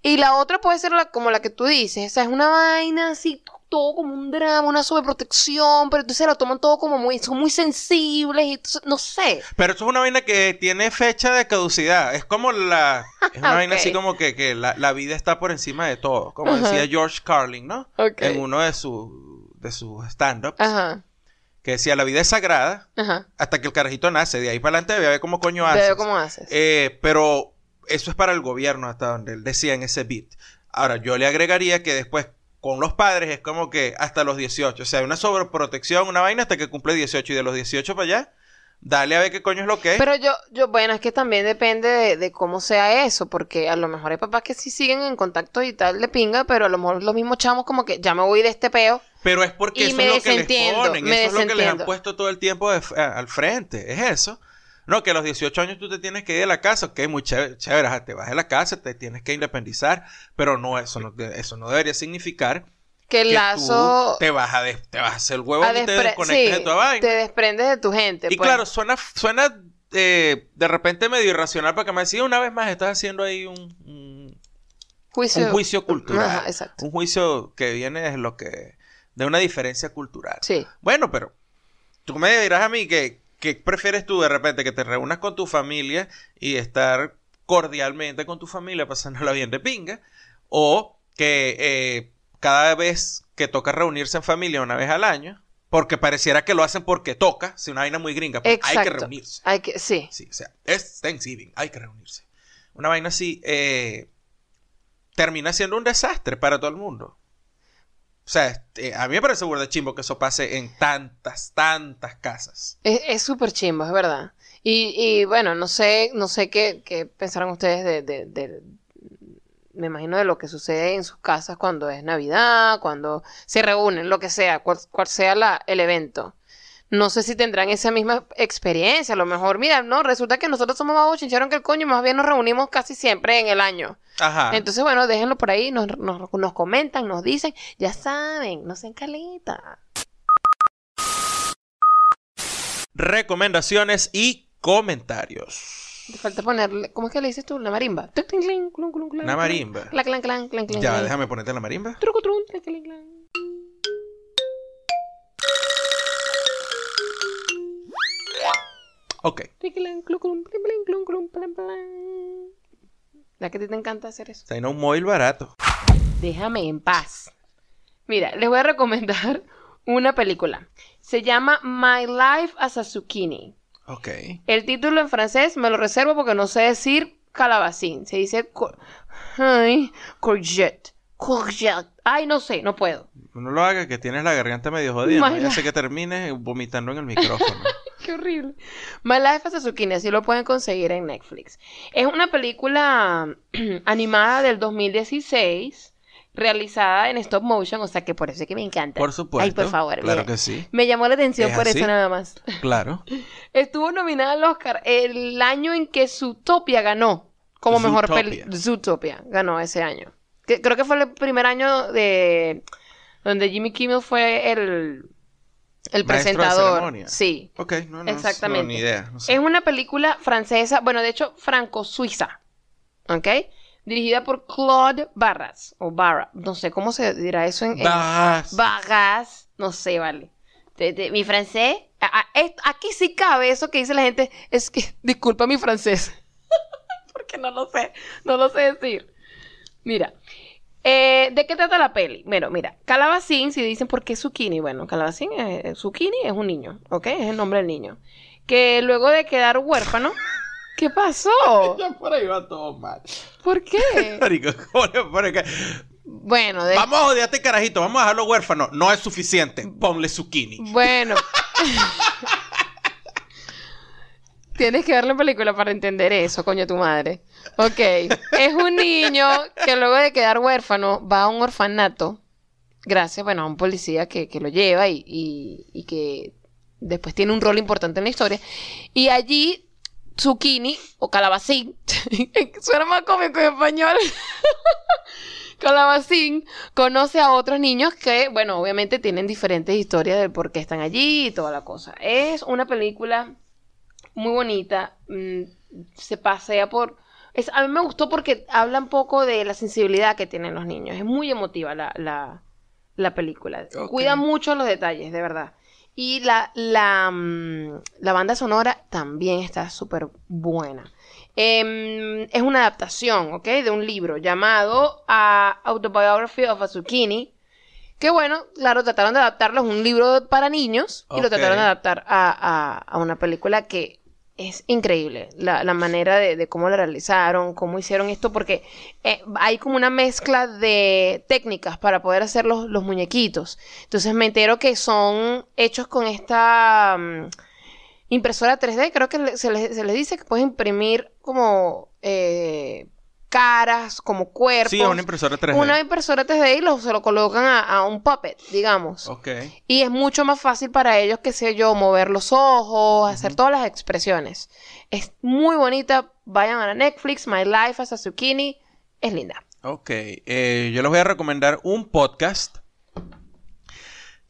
S2: Y la otra puede ser la, como la que tú dices, o sea, es una vaina así, todo como un drama, una sobreprotección, pero entonces lo toman todo como muy, son muy sensibles y entonces, no sé.
S1: Pero eso es una vaina que tiene fecha de caducidad. Es como la. Es una vaina
S2: Ok.
S1: así como que, que la, la vida está por encima de todo. Como
S2: Ajá.
S1: decía George Carlin, ¿no?
S2: Ok.
S1: En uno de sus de sus stand-ups.
S2: Ajá,
S1: Que decía: la vida es sagrada.
S2: ajá.
S1: hasta que el carajito nace. De ahí para adelante debe ver cómo coño hace.
S2: Pero ¿cómo haces?
S1: Eh, pero eso es para el gobierno, hasta donde él decía en ese beat. Ahora, yo le agregaría que después con los padres es como que hasta los 18. O sea, hay una sobreprotección, una vaina hasta que cumple 18. Y de los 18 para allá, dale a ver qué coño es lo que es.
S2: Pero yo, yo, bueno, es que también depende de, de cómo sea eso, porque a lo mejor hay papás que sí siguen en contacto y tal de pinga, pero a lo mejor los mismos chamos como que ya me voy de este peo.
S1: Pero es porque
S2: Y
S1: eso
S2: me
S1: es lo que les
S2: desentiendo,
S1: ponen,
S2: me
S1: eso es lo que les han
S2: desentiendo.
S1: puesto todo el tiempo de f- a- al frente, es eso. No, que a los 18 años tú te tienes que ir de la casa, ok, muy chévere, chévere, ajá, te vas de la casa, te tienes que independizar, pero no, eso no, de- eso no debería significar
S2: Que el
S1: que
S2: lazo...
S1: tú te vas a, des- te vas a hacer huevo
S2: a
S1: y te
S2: despre-
S1: desconectas
S2: sí,
S1: de tu vaina.
S2: te desprendes de tu gente.
S1: Y
S2: pues.
S1: claro, suena, suena eh, de repente medio irracional para que me decía una vez más, estás haciendo ahí un- un,
S2: juicio,
S1: un juicio cultural.
S2: Ajá, exacto.
S1: Un juicio que viene desde lo que de una diferencia cultural.
S2: Sí.
S1: Bueno, pero tú me dirás a mí que, que prefieres tú de repente que te reúnas con tu familia y estar cordialmente con tu familia pasándola bien de pinga o que eh, cada vez que toca reunirse en familia una vez al año, porque pareciera que lo hacen porque toca, si una vaina muy gringa, pues, hay que
S2: Exacto.
S1: reunirse.
S2: Hay que, sí.
S1: Sí, o sea, es Thanksgiving, hay que reunirse. Una vaina así eh, termina siendo un desastre para todo el mundo. O sea, este, a mí me parece burda de chimbo que eso pase en tantas, tantas casas.
S2: Es es súper chimbo, es verdad. Y, y bueno, no sé, no sé qué, qué pensaron ustedes de, de- de- me imagino de lo que sucede en sus casas cuando es Navidad, cuando se reúnen, lo que sea, cual, cual sea la, el evento. No sé si tendrán esa misma experiencia, a lo mejor, mira, no, resulta que nosotros somos más bochincharon que el coño, y más bien nos reunimos casi siempre en el año.
S1: Ajá.
S2: Entonces, bueno, déjenlo por ahí, nos, nos, nos comentan, nos dicen, ya saben, no sean calita.
S1: Recomendaciones y comentarios.
S2: Te falta ponerle, ¿cómo es que le dices tú? La marimba. Tuc, tin, clin, clun, clun, clun,
S1: Una
S2: clun.
S1: marimba.
S2: Clan, clan, clan, clan, clan,
S1: Ya,
S2: clan.
S1: déjame ponerte la marimba.
S2: Trucu, trun, clan, clan, clan.
S1: Ok.
S2: Triqui, clan, clu, clun, plin, plin, clun, clun, plan, plan. La que a ti te encanta hacer eso.
S1: Está en un móvil barato.
S2: Déjame en paz. Mira, les voy a recomendar una película. Se llama My Life as a Zucchini.
S1: Ok.
S2: El título en francés me lo reservo porque no sé decir calabacín. Se dice co- ay, courgette. Courgette. Ay, no sé, no puedo.
S1: No lo hagas que tienes la garganta medio jodida. ¿no?
S2: Mala.
S1: Ya sé que termines vomitando en el micrófono.
S2: Qué horrible. My Life as a Zucchini, así lo pueden conseguir en Netflix. Es una película animada del 2016, realizada en stop motion, o sea que por eso es que me encanta.
S1: Por supuesto.
S2: Ay, por favor,
S1: Claro
S2: mira.
S1: que sí.
S2: Me llamó la atención
S1: ¿Es
S2: por
S1: así?
S2: eso nada más.
S1: Claro.
S2: Estuvo nominada al Oscar el año en que Zootopia ganó como mejor película. Zootopia ganó ese año. Que- creo que fue el primer año de donde Jimmy Kimmel fue el,
S1: Maestro de
S2: el presentador.
S1: ceremonia.
S2: Sí.
S1: Ok, no, no, no,
S2: Exactamente.
S1: ni idea. no sé.
S2: Es una película francesa, bueno, de hecho, franco-suiza, ¿ok? Dirigida por Claude Barras, o Barra, no sé cómo se dirá eso en... en-
S1: Vas.
S2: Barras, no sé, vale. Te- te- mi francés, a- a- es- aquí sí cabe eso que dice la gente, es que, disculpa mi francés, porque no lo sé, no lo sé decir. Mira, eh, ¿de qué trata la peli? Bueno, mira, Calabacín, si dicen por qué Zucchini, bueno, Calabacín, es, eh, Zucchini es un niño, ¿ok? Es el nombre del niño. Que luego de quedar huérfano, ¿qué pasó?
S1: Ya por ahí va todo mal.
S2: ¿Por qué?
S1: Marico, ¿cómo le pones que-
S2: Bueno, de...
S1: Vamos a odiar a este carajito, vamos a dejarlo huérfano. No es suficiente. Ponle zucchini.
S2: Bueno. Tienes que ver la película para entender eso, coño tu madre. Ok. Es un niño que luego de quedar huérfano va a un orfanato. Gracias, bueno, a un policía que, que lo lleva y, y- y que después tiene un rol importante en la historia. Y allí, Zucchini o Calabacín, suena más cómico en español. Calabacín conoce a otros niños que, bueno, obviamente tienen diferentes historias de por qué están allí y toda la cosa. Es una película muy bonita, mm, se pasea por... Es, a mí me gustó porque habla un poco de la sensibilidad que tienen los niños. Es muy emotiva la, la, la película.
S1: Ok.
S2: Cuida mucho los detalles, de verdad. Y la, la, mm, la banda sonora también está súper buena. Em, es una adaptación, ¿ok? De un libro llamado ah, Autobiography of a Zucchini. Que bueno, claro, trataron de adaptarlo. Es un libro para niños y
S1: Ok.
S2: lo trataron de adaptar a, a- a una película que es increíble. La, la manera de, de cómo la realizaron, cómo hicieron esto, porque eh, hay como una mezcla de técnicas para poder hacer los, los muñequitos. Entonces me entero que son hechos con esta mm, impresora 3D. Creo que le- se les, se les dice que puedes imprimir como eh, caras, como cuerpos.
S1: Sí, es una impresora 3D.
S2: Una impresora 3D y lo- se lo colocan a, a un puppet, digamos.
S1: Ok.
S2: Y es mucho más fácil para ellos, qué sé yo, mover los ojos, hacer todas las expresiones. Es muy bonita. Vayan a la Netflix, My Life as a Zucchini. Es linda.
S1: Ok. Eh, yo les voy a recomendar un podcast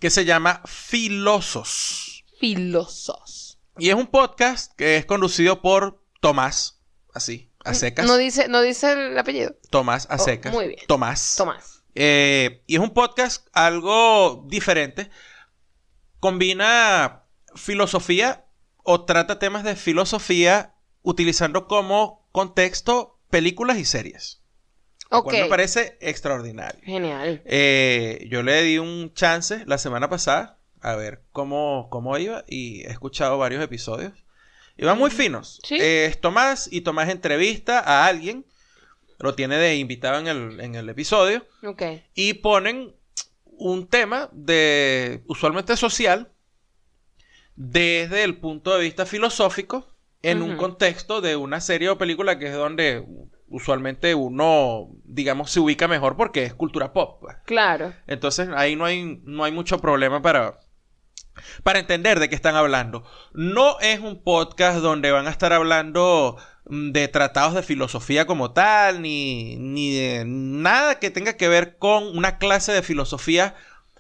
S1: que se llama Filosos.
S2: Filosos.
S1: Y es un podcast que es conducido por Tomás, así, a secas.
S2: No dice, no dice el apellido.
S1: Tomás, a
S2: Mm, Oh,
S1: secas.
S2: muy bien.
S1: Tomás.
S2: Tomás.
S1: Eh, y es un podcast algo diferente. Combina filosofía o trata temas de filosofía utilizando como contexto películas y series. Lo cual
S2: Ok.
S1: me parece extraordinario.
S2: Genial.
S1: Eh, yo le di un chance la semana pasada a ver cómo, cómo iba y he escuchado varios episodios. Iban muy finos.
S2: Mm, Sí.
S1: Eh, es Tomás y Tomás entrevista a alguien, lo tiene de invitado en el, en el episodio,
S2: Ok.
S1: y ponen un tema de usualmente social desde el punto de vista filosófico en un
S2: Ujú.
S1: contexto de una serie o película que es donde usualmente uno, digamos, se ubica mejor porque es cultura pop. pues.
S2: Claro.
S1: Entonces ahí no hay, no hay mucho problema para, para entender de qué están hablando. No es un podcast donde van a estar hablando mm, de tratados de filosofía como tal, ni, ni de nada que tenga que ver con una clase de filosofía,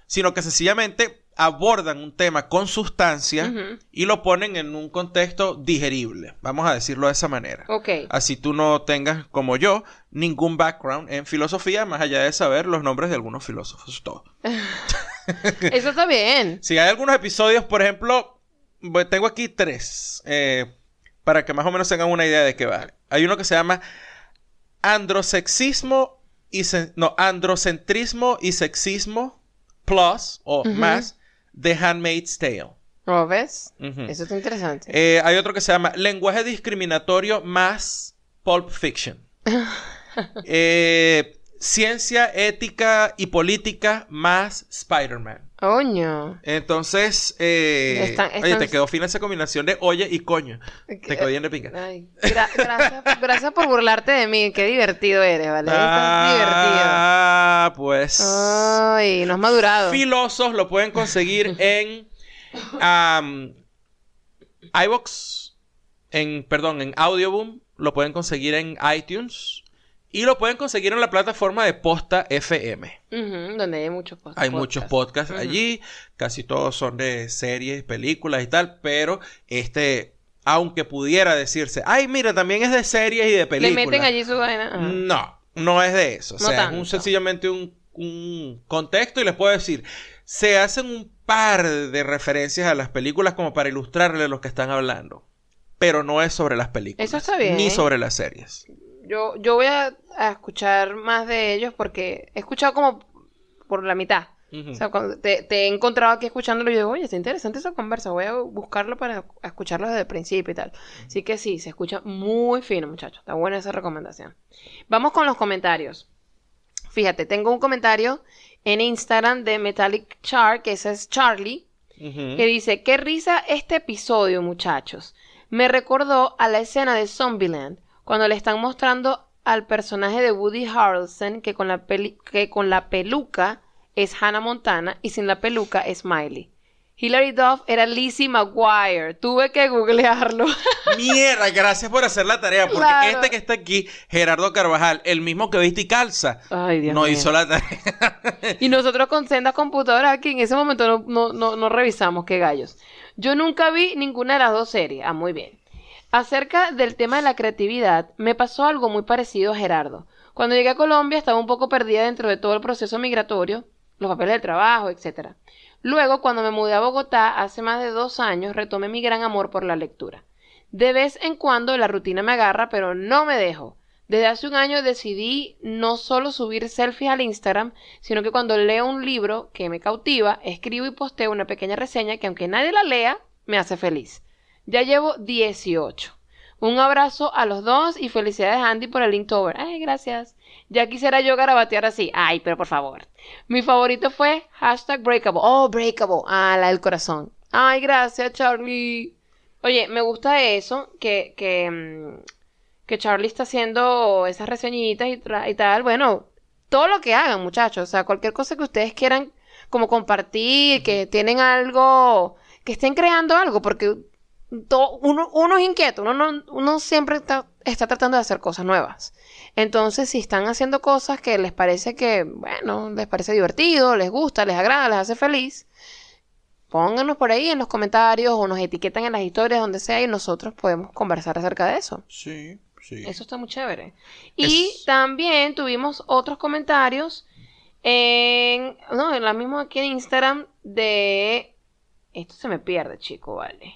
S1: sino que sencillamente abordan un tema con sustancia
S2: Ujú.
S1: y lo ponen en un contexto digerible, vamos a decirlo de esa manera.
S2: Ok.
S1: Así tú no tengas, como yo, ningún background en filosofía, más allá de saber los nombres de algunos filósofos. es Todo.
S2: Eso está bien.
S1: Si hay algunos episodios, por ejemplo, bu- tengo aquí tres, eh, para que más o menos tengan una idea de qué va. Hay uno que se llama Androsexismo y sen- no, Androcentrismo y Sexismo Plus o
S2: Ujú.
S1: más de Handmaid's Tale.
S2: ¿Lo ves?
S1: Ujú.
S2: Eso está interesante.
S1: Mm. Eh, hay otro que se llama Lenguaje Discriminatorio más Pulp Fiction. Eh, ciencia, ética y política más Spider-Man.
S2: Coño.
S1: Entonces, eh,
S2: Están-
S1: oye,
S2: están-
S1: te quedó fina esa combinación de oye y coño. Te quedó bien de pinga.
S2: Ay, gra- gracias, gracias por burlarte de mí. Qué divertido eres, ¿vale? Estás divertido.
S1: Ah, pues.
S2: Ay, no has madurado.
S1: Filosos lo pueden conseguir en am, iVoox, en, perdón, en Audioboom, lo pueden conseguir en iTunes y lo pueden conseguir en la plataforma de Posta FM.
S2: Ujú, donde hay muchos pod- podcasts.
S1: Hay muchos podcasts
S2: Ujú.
S1: allí, casi todos son de series, películas y tal, pero este, aunque pudiera decirse, ay, mira, también es de series y de
S2: Le
S1: películas. Mm.
S2: meten allí su vaina. Ajá.
S1: No, no es de eso. O
S2: No
S1: sea, es
S2: tanto.
S1: un, sencillamente un, un contexto y les puedo decir, se hacen un par de referencias a las películas como para ilustrarle lo que están hablando. Pero no es sobre las películas.
S2: Eso está bien. ¿eh?
S1: Ni sobre las series.
S2: Yo, yo voy a, a escuchar más de ellos porque he escuchado como por la mitad.
S1: Ujú.
S2: O sea, cuando te, te he encontrado aquí escuchándolo y yo digo, oye, está interesante esa conversa, voy a buscarlo para escucharlo desde el principio y tal. Así que sí, se escucha muy fino, muchachos. Está buena esa recomendación. Vamos con los comentarios. Fíjate, tengo un comentario en Instagram de Metallic Char, que ese es Charlie,
S1: Ujú.
S2: que dice, qué risa este episodio, muchachos. Me recordó a la escena de Zombieland, cuando le están mostrando al personaje de Woody Harrelson, que con la, peli- que con la peluca es Hannah Montana y sin la peluca es Miley. Hilary Duff era Lizzie McGuire. Tuve que googlearlo.
S1: Mierda, gracias por hacer la tarea. Porque
S2: Claro.
S1: este que está aquí, Gerardo Carvajal, el mismo que viste y calza,
S2: Ay, Oh, Dios
S1: no
S2: mío.
S1: hizo la tarea.
S2: Y nosotros con sendas computadoras aquí en ese momento no, no, no, no revisamos qué gallos. Yo nunca vi ninguna de las dos series. Ah, muy bien. Acerca del tema de la creatividad, me pasó algo muy parecido a Gerardo. Cuando llegué a Colombia estaba un poco perdida dentro de todo el proceso migratorio, los papeles de trabajo, etc. Luego, cuando me mudé a Bogotá hace más de dos años, retomé mi gran amor por la lectura. De vez en cuando la rutina me agarra, pero no me dejo. Desde hace un año decidí no solo subir selfies al Instagram, sino que cuando leo un libro que me cautiva, escribo y posteo una pequeña reseña que aunque nadie la lea, me hace feliz. Ya llevo 18. Un abrazo a los dos y felicidades Andy por el Linktober. Ay, gracias. Ya quisiera yo garabatear así. Ay, pero por favor. Mi favorito fue hashtag breakable. Oh, breakable. Ah, la del corazón. Ay, gracias, Charlie. Oye, me gusta eso, que, que, mm, que Charlie está haciendo esas reseñitas y, tra- y tal. Bueno, todo lo que hagan, muchachos. O sea, cualquier cosa que ustedes quieran como compartir, que tienen algo, que estén creando algo, porque to- uno, uno es inquieto, uno, no- uno siempre está, está tratando de hacer cosas nuevas. Entonces, si están haciendo cosas que les parece que, bueno, les parece divertido, les gusta, les agrada, les hace feliz, pónganos por ahí en los comentarios o nos etiquetan en las historias, donde sea, y nosotros podemos conversar acerca de eso.
S1: Sí, sí.
S2: Eso está muy chévere. Y
S1: Es-
S2: también tuvimos otros comentarios En, no, en la misma aquí en Instagram de... Esto se me pierde, chico, vale.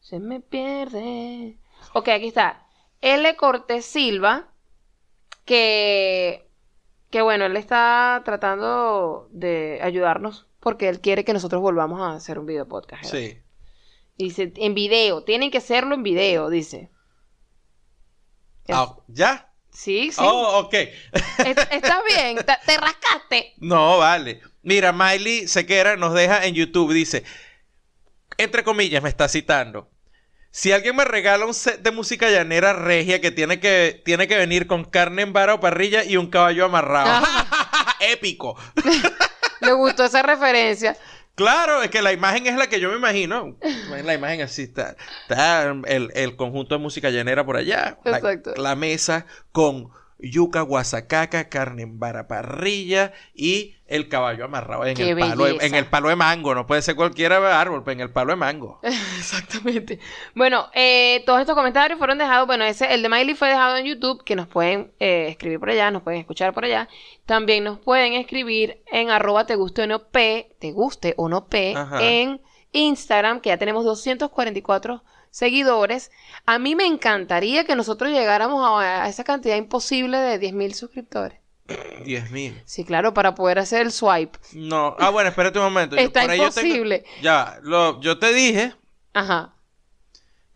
S2: Se me pierde. Ok, aquí está. L. Cortés Silva, que... Que bueno, él está tratando de ayudarnos porque él quiere que nosotros volvamos a hacer un video podcast. ¿verdad?
S1: Sí.
S2: Dice, en video, tienen que hacerlo en video, dice. Es-
S1: Ah, ¿Ya?
S2: Sí, sí.
S1: Oh, ok.
S2: Es- Estás bien, ta- te rascaste.
S1: No, vale. Mira, Miley Sequera nos deja en YouTube, dice, entre comillas, me está citando. Si alguien me regala un set de música llanera regia que tiene que, tiene que venir con carne en vara o parrilla y un caballo amarrado. Épico.
S2: Le gustó esa referencia.
S1: Claro, es que la imagen es la que yo me imagino. La imagen así está. está el, el conjunto de música llanera por allá. La,
S2: Exacto.
S1: la mesa con yuca, guasacaca, carne en vara parrilla y el caballo amarrado en
S2: ¡Qué
S1: el, palo de,
S2: belleza!
S1: en el palo de mango. No puede ser cualquier árbol, pero en el palo de mango.
S2: Exactamente. Bueno, eh, todos estos comentarios fueron dejados. Bueno, ese, el de Miley fue dejado en YouTube, que nos pueden eh, escribir por allá, nos pueden escuchar por allá. También nos pueden escribir en arroba te guste o no p, te guste o no p,
S1: Ajá.
S2: en Instagram, que ya tenemos 244 seguidores. A mí me encantaría que nosotros llegáramos a, a esa cantidad imposible de 10.000 suscriptores.
S1: Diez mil.
S2: Sí, claro, para poder hacer el swipe.
S1: No. Ah, bueno, espérate un momento. Yo-
S2: Está
S1: por ahí yo tengo-
S2: imposible.
S1: Ya, lo- yo te dije
S2: Ajá.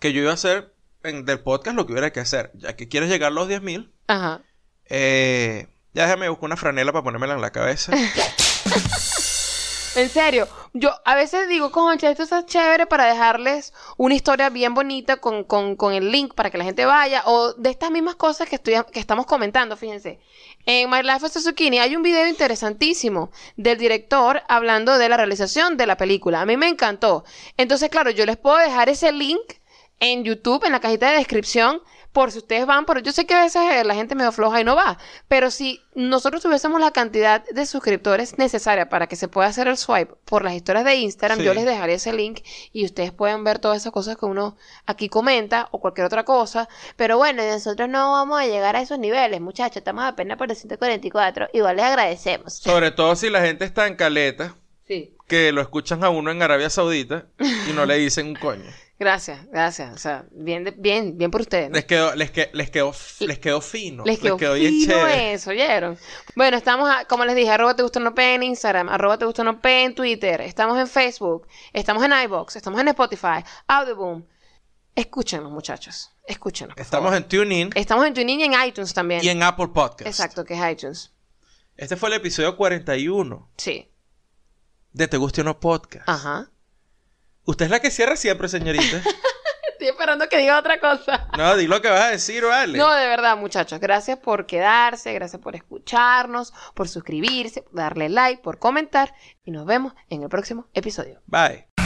S1: que yo iba a hacer en, del podcast lo que hubiera que hacer. Ya que quieres llegar a los diez mil.
S2: Ajá.
S1: Eh, ya déjame buscar una franela para ponérmela en la cabeza.
S2: En serio, yo a veces digo, concha, esto está chévere para dejarles una historia bien bonita con, con- con el link para que la gente vaya, o de estas mismas cosas que, estoy, que estamos comentando, fíjense. En My Life as a Zucchini hay un video interesantísimo del director hablando de la realización de la película. A mí me encantó. Entonces, claro, yo les puedo dejar ese link en YouTube, en la cajita de descripción, por si ustedes van, pero yo sé que a veces eh, la gente medio floja y no va, pero si nosotros tuviésemos la cantidad de suscriptores necesaria para que se pueda hacer el swipe por las historias de Instagram,
S1: Sí.
S2: yo les dejaré ese link y ustedes pueden ver todas esas cosas que uno aquí comenta o cualquier otra cosa, pero bueno, nosotros no vamos a llegar a esos niveles, muchachos, estamos apenas por el 144, igual les agradecemos.
S1: Sobre todo si la gente está en caleta,
S2: Sí.
S1: que lo escuchan a uno en Arabia Saudita y no le dicen un coño.
S2: Gracias, gracias, o sea, bien, de- bien, bien por ustedes. ¿no?
S1: Les quedó, les que- les quedó, f- les quedó fino.
S2: Les quedó, fino eso, ¿oyeron? Bueno, estamos, a- como les dije, arroba te gusta no P en Instagram, arroba te gusta no P en Twitter, estamos en Facebook, estamos en iBox, estamos en Spotify, Audioboom. Escúchenos, muchachos, escúchenos. por
S1: Estamos
S2: favor.
S1: en TuneIn
S2: Estamos en TuneIn y en iTunes también.
S1: y en Apple Podcast.
S2: Exacto, que es iTunes.
S1: Este fue el episodio 41
S2: Sí,
S1: de Te Guste o No Podcast.
S2: ajá.
S1: Usted es la que cierra siempre, señorita.
S2: Estoy esperando que diga otra cosa.
S1: No, di lo que vas a decir, vale.
S2: No, de verdad, muchachos, gracias por quedarse, gracias por escucharnos, por suscribirse, por darle like, por comentar y nos vemos en el próximo episodio.
S1: Bye.